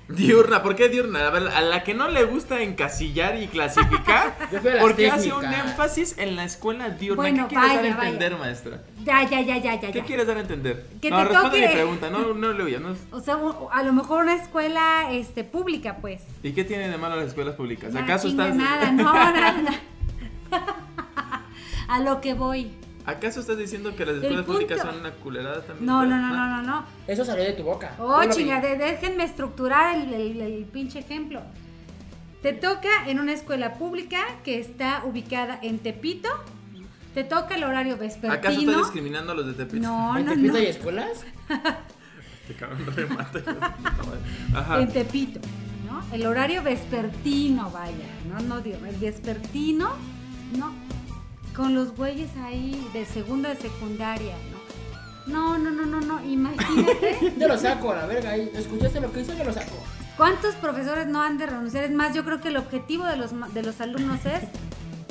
Speaker 1: Diurna, ¿por qué diurna? A ver, a la que no le gusta encasillar y clasificar,
Speaker 3: Yo fui a las
Speaker 1: porque hace un
Speaker 3: técnicas.
Speaker 1: énfasis en la escuela diurna.
Speaker 2: Bueno,
Speaker 1: ¿Qué quieres
Speaker 2: vaya,
Speaker 1: dar a
Speaker 2: vaya.
Speaker 1: entender, maestra?
Speaker 2: Ya, ya, ya, ya, ya.
Speaker 1: ¿Qué
Speaker 2: ya.
Speaker 1: quieres dar a entender?
Speaker 2: Que
Speaker 1: no,
Speaker 2: te
Speaker 1: responde
Speaker 2: toque.
Speaker 1: mi pregunta, no, no le huyas. no es-
Speaker 2: O sea, o- a lo mejor una escuela este, pública, pues.
Speaker 1: ¿Y qué tiene de malo las escuelas públicas?
Speaker 2: Nah,
Speaker 1: ¿Acaso
Speaker 2: chinga,
Speaker 1: estás,
Speaker 2: Nada, no, nada. a lo que voy.
Speaker 1: ¿Acaso estás diciendo que las escuelas
Speaker 2: punto-
Speaker 1: públicas son una culerada también? ¿Ah?
Speaker 2: No, no, no, no, no, no.
Speaker 3: Eso salió de tu boca.
Speaker 2: Oh,
Speaker 3: Fue lo que-
Speaker 2: chingade, déjenme estructurar el, el- el pinche ejemplo. Te toca en una escuela pública que está ubicada en Tepito. Te toca el horario
Speaker 1: ¿Acaso estás
Speaker 2: vespertino.
Speaker 1: discriminando a los de Tepito?
Speaker 2: No,
Speaker 3: ¿Hay
Speaker 2: no,
Speaker 3: Tepito
Speaker 2: no.
Speaker 3: y escuelas?
Speaker 1: Te cabrón remata. Ajá.
Speaker 2: en Tepito, ¿no? El horario vespertino, vaya, no, no digo, el vespertino, no, con los güeyes ahí de segundo de secundaria, ¿no? No, no, no, no, no, imagínate
Speaker 3: Yo lo saco a la verga ahí. ¿Escuchaste lo que hizo? Yo lo saco.
Speaker 2: cuántos profesores no han de renunciar. Es más, yo creo que el objetivo de los, ma- de los alumnos es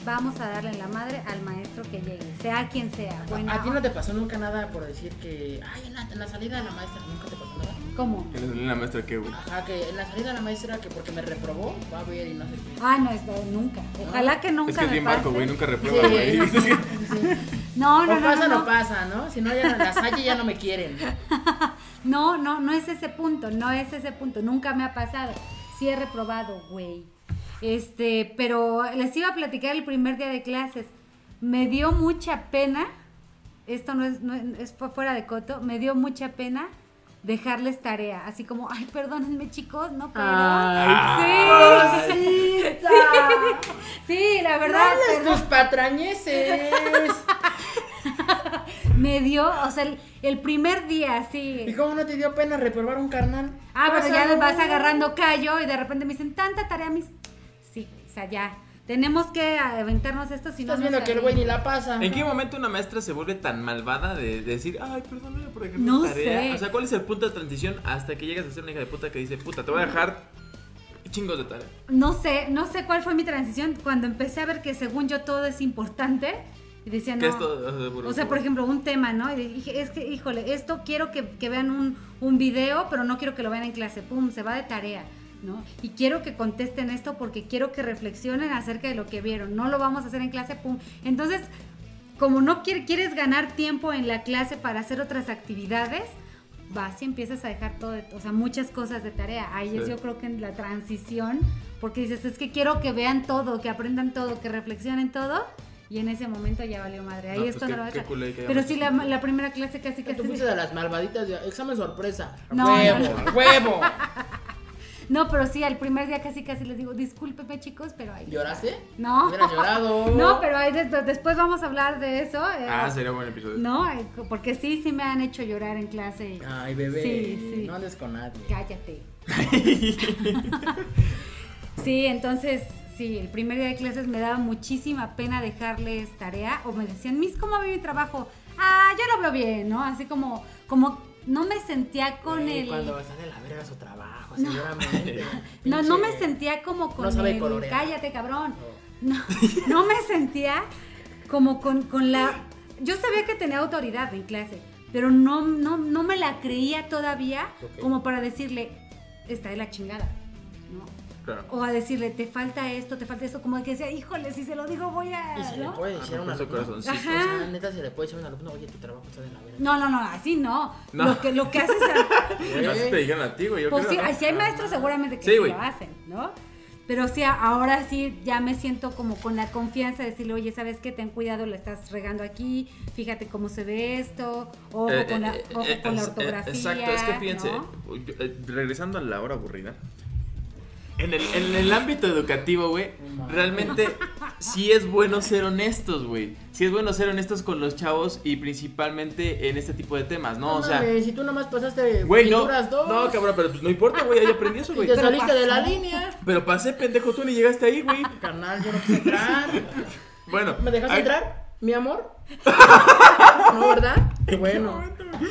Speaker 2: vamos a darle la madre al maestro que llegue, sea quien sea. Bueno,
Speaker 3: ¿A ti no te pasó nunca nada por decir que. Ay, en la, en la salida de la maestra nunca te pasó nada?
Speaker 2: ¿Cómo?
Speaker 1: Que le salió la maestra que, güey.
Speaker 3: Ajá, que en la salida de la maestra que porque me reprobó va a ver y no sé qué.
Speaker 2: Ah, no, es, nunca. Ojalá que nunca
Speaker 1: Es que es
Speaker 2: me
Speaker 1: bien barco,
Speaker 2: pase.
Speaker 1: güey. Nunca reprueba, güey. Es que-
Speaker 2: No,
Speaker 3: O
Speaker 2: no, no, no,
Speaker 3: pasa,
Speaker 2: no.
Speaker 3: no pasa, ¿no? Si no, ya en la salle ya no me quieren.
Speaker 2: No, no, no es ese punto, no es ese punto, nunca me ha pasado. Sí he reprobado, güey. Este, pero les iba a platicar el primer día de clases. Me dio mucha pena, esto no es, no es- es fu- fuera de coto, me dio mucha pena dejarles tarea, así como, ay, perdónenme chicos, no, pero...
Speaker 1: Ay,
Speaker 2: sí, sí, la verdad,
Speaker 3: ¡Dale
Speaker 2: perdón.
Speaker 3: tus patrañeses!
Speaker 2: me dio, o sea, el, el primer día, sí.
Speaker 3: ¿Y cómo no te dio pena reprobar un carnal?
Speaker 2: Ah, pero ya
Speaker 3: Pásalo.
Speaker 2: vas agarrando callo y de repente me dicen, tanta tarea, mis... Sí, o sea, ya. Tenemos que aventarnos esto si no
Speaker 3: Estás
Speaker 2: nos
Speaker 3: viendo que el
Speaker 2: sale".
Speaker 3: güey ni la pasa.
Speaker 1: ¿En qué momento una maestra se vuelve tan malvada de decir, ay, perdóname por dejar
Speaker 2: No
Speaker 1: la tarea?
Speaker 2: sé.
Speaker 1: O sea, ¿cuál es el punto de transición hasta que llegas a ser una hija de puta que dice, puta, te voy a dejar chingos de tarea?
Speaker 2: No sé, no sé cuál fue mi transición cuando empecé a ver que según yo todo es importante y decía, no...
Speaker 1: ¿Qué es todo? O sea, por-
Speaker 2: O sea, por ejemplo, un tema, ¿no? Y dije, es que, híjole, esto quiero que, que vean un, un video, pero no quiero que lo vean en clase. Pum, se va de tarea, ¿no? Y quiero que contesten esto porque quiero que reflexionen acerca de lo que vieron. No lo vamos a hacer en clase, pum. Entonces, como no quiere- quieres ganar tiempo en la clase para hacer otras actividades, vas y empiezas a dejar todo, de- o sea, muchas cosas de tarea. Ahí es
Speaker 1: Sí.
Speaker 2: yo creo que en la transición, porque dices, es que quiero que vean todo, que aprendan todo, que reflexionen todo. Y en ese momento ya valió madre. Ahí
Speaker 1: No,
Speaker 2: es
Speaker 1: pues
Speaker 2: cuando
Speaker 1: qué-
Speaker 2: lo vas
Speaker 1: qué
Speaker 2: a-
Speaker 1: culé que
Speaker 2: Pero
Speaker 1: hagas
Speaker 2: sí, la, la primera clase casi
Speaker 3: Que
Speaker 2: casi.
Speaker 3: tú fuiste de las malvaditas de examen sorpresa.
Speaker 2: No,
Speaker 3: huevo,
Speaker 2: no,
Speaker 3: huevo.
Speaker 2: No, pero sí, al primer día casi casi les digo, discúlpeme chicos, pero ahí.
Speaker 3: ¿Lloraste?
Speaker 2: No.
Speaker 3: Hubiera llorado.
Speaker 2: No, pero ahí des- después vamos a hablar de eso. eh,
Speaker 1: Ah, sería buen episodio.
Speaker 2: No, eh, porque sí, sí me han hecho llorar en clase. y-
Speaker 3: Ay, bebé.
Speaker 2: Sí, sí.
Speaker 3: No andes con nadie.
Speaker 2: Cállate. sí, entonces, sí, el primer día de clases me daba muchísima pena dejarles tarea o me decían, Miss, ¿cómo ve mi trabajo? Ah, yo lo veo bien, ¿no? Así como, como no me sentía con
Speaker 3: Güey,
Speaker 2: el...
Speaker 3: Cuando sale la verga su trabajo, seguramente.
Speaker 2: No, no me
Speaker 3: Pinche-
Speaker 2: sentía como con
Speaker 3: no sabe
Speaker 2: el-
Speaker 3: colorear.
Speaker 2: Cállate, cabrón. No, no me sentía como con, con la... Yo sabía que tenía autoridad en clase, pero no, no, no me la creía todavía
Speaker 3: Ok.
Speaker 2: como para decirle, está de la chingada, ¿no?
Speaker 1: Claro.
Speaker 2: O a decirle, te falta esto, te falta esto, como que decía, híjole, si se lo digo voy a...
Speaker 3: Y se le
Speaker 2: ¿no?
Speaker 3: puede
Speaker 1: Ah,
Speaker 3: decir a un
Speaker 1: romper su
Speaker 3: alumno. O
Speaker 1: corazoncito.
Speaker 2: Ajá.
Speaker 3: sea, neta se le puede decir a un alumno, oye, tu trabajo está de la verga.
Speaker 2: no, no, no, así no.
Speaker 1: No.
Speaker 2: Lo, que, lo que haces... a-
Speaker 1: Pero así te dijeron a ti, güey. yo
Speaker 2: Pues
Speaker 1: creo,
Speaker 2: sí,
Speaker 1: ¿no?
Speaker 2: si hay maestros seguramente que
Speaker 1: Sí,
Speaker 2: sí
Speaker 1: güey.
Speaker 2: lo hacen, ¿no? Pero sí, a- ahora sí ya me siento como con la confianza de decirle, oye, ¿sabes qué? Ten cuidado, la estás regando aquí, fíjate cómo se ve esto, ojo
Speaker 1: Eh,
Speaker 2: con la,
Speaker 1: eh,
Speaker 2: ojo
Speaker 1: eh,
Speaker 2: con la
Speaker 1: eh,
Speaker 2: ortografía.
Speaker 1: Exacto, es que fíjense,
Speaker 2: ¿no?
Speaker 1: yo, eh, regresando a la hora aburrida. En el, en el ámbito educativo, güey, realmente sí es bueno ser honestos, güey. Sí es bueno ser honestos con los chavos y principalmente en este tipo de temas, ¿no? O sea,
Speaker 3: mames, si tú nomás pasaste
Speaker 1: güey, no,
Speaker 3: pinturas dos.
Speaker 1: no, cabrón, pero pues no importa, güey, ahí aprendí eso,
Speaker 3: Y
Speaker 1: güey.
Speaker 3: te
Speaker 2: Pero
Speaker 3: saliste de la
Speaker 2: pasó.
Speaker 3: línea.
Speaker 1: Pero pasé, pendejo, tú ni llegaste ahí, güey.
Speaker 3: Carnal, yo no quise entrar.
Speaker 1: Bueno.
Speaker 3: ¿Me dejaste
Speaker 1: ahí-
Speaker 3: entrar, mi amor? ¿No, verdad? Qué bueno.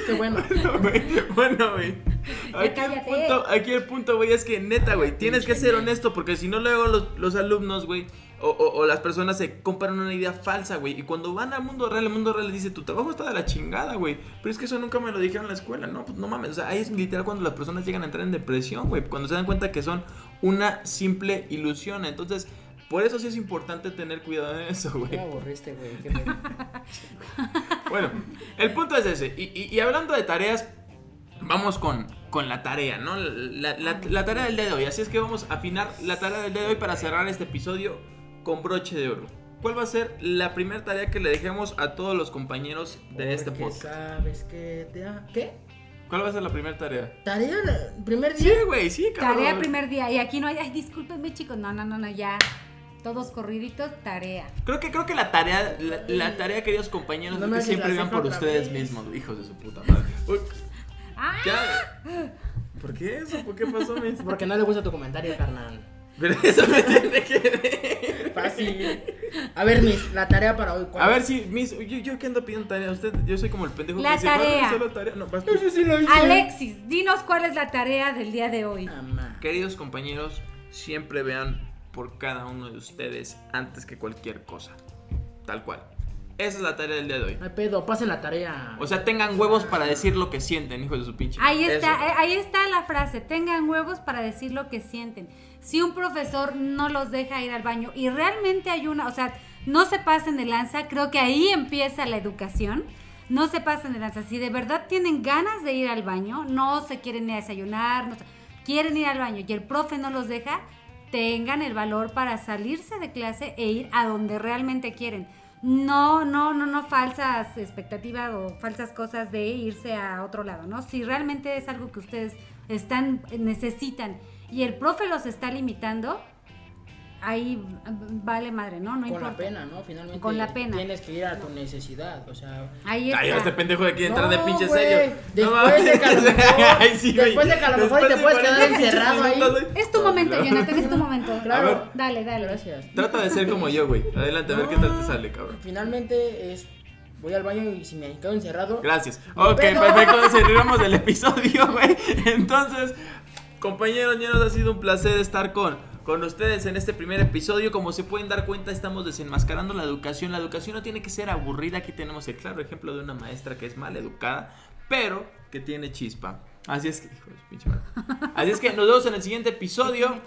Speaker 3: Qué bueno.
Speaker 1: güey. Bueno, güey.
Speaker 2: Ya
Speaker 1: Aquí el,
Speaker 2: cállate.
Speaker 1: punto, aquí el punto, güey, es que neta, güey, tienes que ser honesto porque si no luego los, los alumnos, güey, o, o- o las personas se compran una idea falsa, güey, y cuando van al mundo real, el mundo real les dice, tu trabajo está de la chingada, güey, pero es que eso nunca me lo dijeron en la escuela, no, pues no mames, o sea, ahí es literal cuando las personas llegan a entrar en depresión, güey, cuando se dan cuenta que son una simple ilusión, entonces, por eso sí es importante tener cuidado en eso, güey.
Speaker 3: Me aburriste, güey. qué pedo.
Speaker 1: Bueno, el punto es ese. Y, y- y hablando de tareas, vamos con, con la tarea, ¿no? La, la- la tarea del día de hoy. Así es que vamos a afinar la tarea del día de hoy para cerrar este episodio con broche de oro. ¿Cuál va a ser la primera tarea que le dejemos a todos los compañeros de este
Speaker 3: Porque
Speaker 1: podcast?
Speaker 3: sabes que te ha- ¿Qué?
Speaker 1: ¿Cuál va a ser la primera tarea?
Speaker 3: ¿Tarea? el ¿Primer
Speaker 1: Sí,
Speaker 3: día?
Speaker 1: güey, sí, cabrón.
Speaker 2: Tarea primer día, y aquí no hay, ay, discúlpenme chicos, no, no, no, no, ya, todos corriditos, tarea.
Speaker 1: Creo que, creo que la tarea, la, la tarea, queridos compañeros,
Speaker 3: No
Speaker 1: es que
Speaker 3: me hagas
Speaker 1: siempre
Speaker 3: la
Speaker 1: vean
Speaker 3: ceja
Speaker 1: por
Speaker 3: otra
Speaker 1: ustedes
Speaker 3: vez.
Speaker 1: mismos, hijos de su puta madre. Uy, Ya. ¿Por qué eso? ¿Por qué pasó, Miss?
Speaker 3: Porque no le gusta tu comentario, carnal.
Speaker 1: Pero eso me tiene que ver.
Speaker 3: Fácil. A ver, Miss, la tarea para hoy. ¿cuál
Speaker 1: A ver,
Speaker 3: es?
Speaker 1: sí, Miss, yo, yo que ando pidiendo tarea. Usted, yo soy como el pendejo
Speaker 2: La
Speaker 1: que dice,
Speaker 2: tarea.
Speaker 1: "Mándame solo tarea. No, vas tú.
Speaker 3: Eso sí lo hice.
Speaker 2: Alexis, dinos cuál es la tarea del día de hoy.
Speaker 3: Mamá.
Speaker 1: Queridos compañeros, siempre vean por cada uno de ustedes antes que cualquier cosa. Tal cual. Esa es la tarea del día de hoy.
Speaker 3: No hay pedo, pasen la tarea.
Speaker 1: O sea, tengan huevos para decir lo que sienten, hijos de su pinche.
Speaker 2: Ahí está,
Speaker 1: Eso.
Speaker 2: eh, ahí está la frase, tengan huevos para decir lo que sienten. Si un profesor no los deja ir al baño y realmente hay una, o sea, no se pasen de lanza, creo que ahí empieza la educación. No se pasen de lanza. Si de verdad tienen ganas de ir al baño, no se quieren ir a desayunar, no se- quieren ir al baño y el profe no los deja, tengan el valor para salirse de clase e ir a donde realmente quieren. No, no, no, no falsas expectativas o falsas cosas de irse a otro lado, ¿no? Si realmente es algo que ustedes están, necesitan y el profe los está limitando, ahí vale madre, ¿no? No
Speaker 3: con
Speaker 2: importa.
Speaker 3: la pena, ¿no? Finalmente.
Speaker 2: Con la pena.
Speaker 3: Tienes que ir a tu necesidad. O sea.
Speaker 2: Ahí está.
Speaker 1: Ay, este pendejo de aquí entrar de
Speaker 3: No,
Speaker 1: pinche
Speaker 3: güey.
Speaker 1: serio.
Speaker 3: Después
Speaker 1: mames.
Speaker 3: de que a lo mejor- después
Speaker 1: güey.
Speaker 3: de que a lo mejor
Speaker 1: Después
Speaker 3: te
Speaker 1: de
Speaker 3: puedes quedar
Speaker 1: 40 pinches
Speaker 3: encerrado ahí.
Speaker 1: minutos, güey.
Speaker 2: Es tu momento, Jonathan, es tu momento.
Speaker 3: Claro.
Speaker 1: A ver.
Speaker 2: Dale, dale.
Speaker 3: Gracias.
Speaker 1: Trata de ser como yo, güey. Adelante, a ver qué tal te
Speaker 3: No,
Speaker 1: sale, cabrón.
Speaker 3: Finalmente es. Voy al baño y si me quedo encerrado.
Speaker 1: Gracias. Ok, perfecto. Cerramos el episodio, güey. Entonces, compañeros, ya nos ha sido un placer estar con, con ustedes en este primer episodio. Como se pueden dar cuenta, estamos desenmascarando la educación. La educación no tiene que ser aburrida. Aquí tenemos el claro ejemplo de una maestra que es mal educada, pero que tiene chispa. Así es que, hijo de su pinche madre. Así es que nos vemos en el siguiente episodio.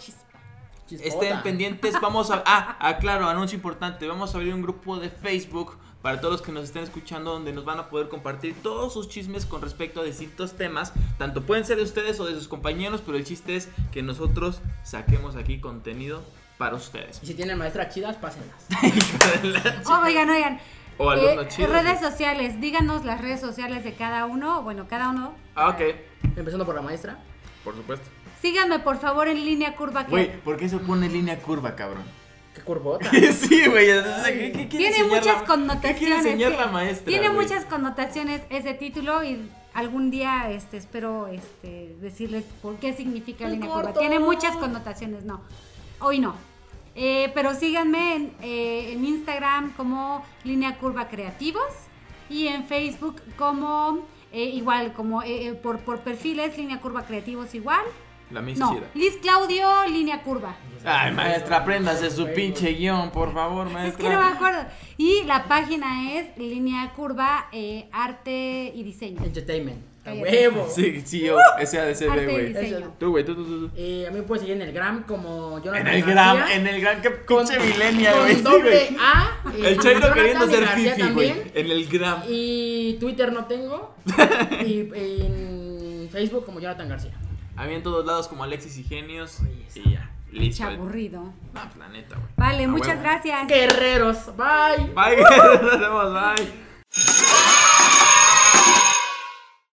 Speaker 3: Chispota.
Speaker 1: Estén pendientes, vamos a... Ah, ah, claro, anuncio importante, vamos a abrir un grupo de Facebook para todos los que nos estén escuchando donde nos van a poder compartir todos sus chismes con respecto a distintos temas, tanto pueden ser de ustedes o de sus compañeros, pero el chiste es que nosotros saquemos aquí contenido para ustedes.
Speaker 3: Y si tienen maestras chidas, pásenlas.
Speaker 2: Oh, oigan, oigan.
Speaker 1: o alumnos
Speaker 2: Eh,
Speaker 1: chidos.
Speaker 2: redes sociales, díganos las redes sociales de cada uno. Bueno, cada uno.
Speaker 1: Ah, ok,
Speaker 3: Empezando por la maestra.
Speaker 1: por supuesto.
Speaker 2: Síganme por favor en línea curva que
Speaker 1: Güey, ¿por qué se pone línea curva, cabrón?
Speaker 3: Qué curvota.
Speaker 1: sí, güey. ¿qué- qué quiere
Speaker 2: tiene
Speaker 1: enseñar
Speaker 2: muchas
Speaker 1: la-
Speaker 2: connotaciones.
Speaker 1: ¿Qué quiere enseñar
Speaker 2: que-
Speaker 1: la maestra?
Speaker 2: Tiene
Speaker 1: güey?
Speaker 2: muchas connotaciones ese título y algún día este espero este decirles por qué significa
Speaker 3: En
Speaker 2: línea
Speaker 3: corto.
Speaker 2: curva. Tiene muchas connotaciones, no. Hoy no. Eh, pero síganme en, eh, en Instagram como línea curva creativos y en Facebook como eh, igual como eh, eh, por por perfiles línea curva creativos igual.
Speaker 1: La Miss
Speaker 2: No,
Speaker 1: Chida.
Speaker 2: Liz Claudio línea curva.
Speaker 1: Ay, maestra, apréndase su pinche guión, por favor,
Speaker 2: Es que no
Speaker 1: maestra.
Speaker 2: me acuerdo. Y la página es Línea Curva eh, Arte y Diseño.
Speaker 3: Entertainment. A
Speaker 2: Ahí
Speaker 3: huevo.
Speaker 1: Sí, sí, yo, ese ADCB,
Speaker 2: Arte y
Speaker 1: güey.
Speaker 2: Diseño.
Speaker 1: Tú, güey, tú, tú, tú. tú.
Speaker 3: Eh, a mí me puedes seguir en el gram como Jonathan.
Speaker 1: En el
Speaker 3: García.
Speaker 1: gran, en el gran, que pinche milenia,
Speaker 3: Con
Speaker 1: güey. sí,
Speaker 3: doble
Speaker 1: güey.
Speaker 3: A. eh,
Speaker 1: El Chairo
Speaker 3: Jonathan
Speaker 1: queriendo ser
Speaker 3: García
Speaker 1: fifi, güey.
Speaker 3: también.
Speaker 1: En el gran.
Speaker 3: Y Twitter no tengo. y en Facebook como Jonathan García.
Speaker 1: A mí en todos lados, como Alexis y Genios.
Speaker 3: Oye,
Speaker 1: Y ya,
Speaker 2: Qué
Speaker 1: listo.
Speaker 2: aburrido.
Speaker 1: Ah, planeta, güey.
Speaker 2: Vale,
Speaker 1: A
Speaker 2: muchas
Speaker 1: huevo.
Speaker 2: gracias.
Speaker 3: Guerreros. Bye.
Speaker 1: Bye, nos vemos, bye.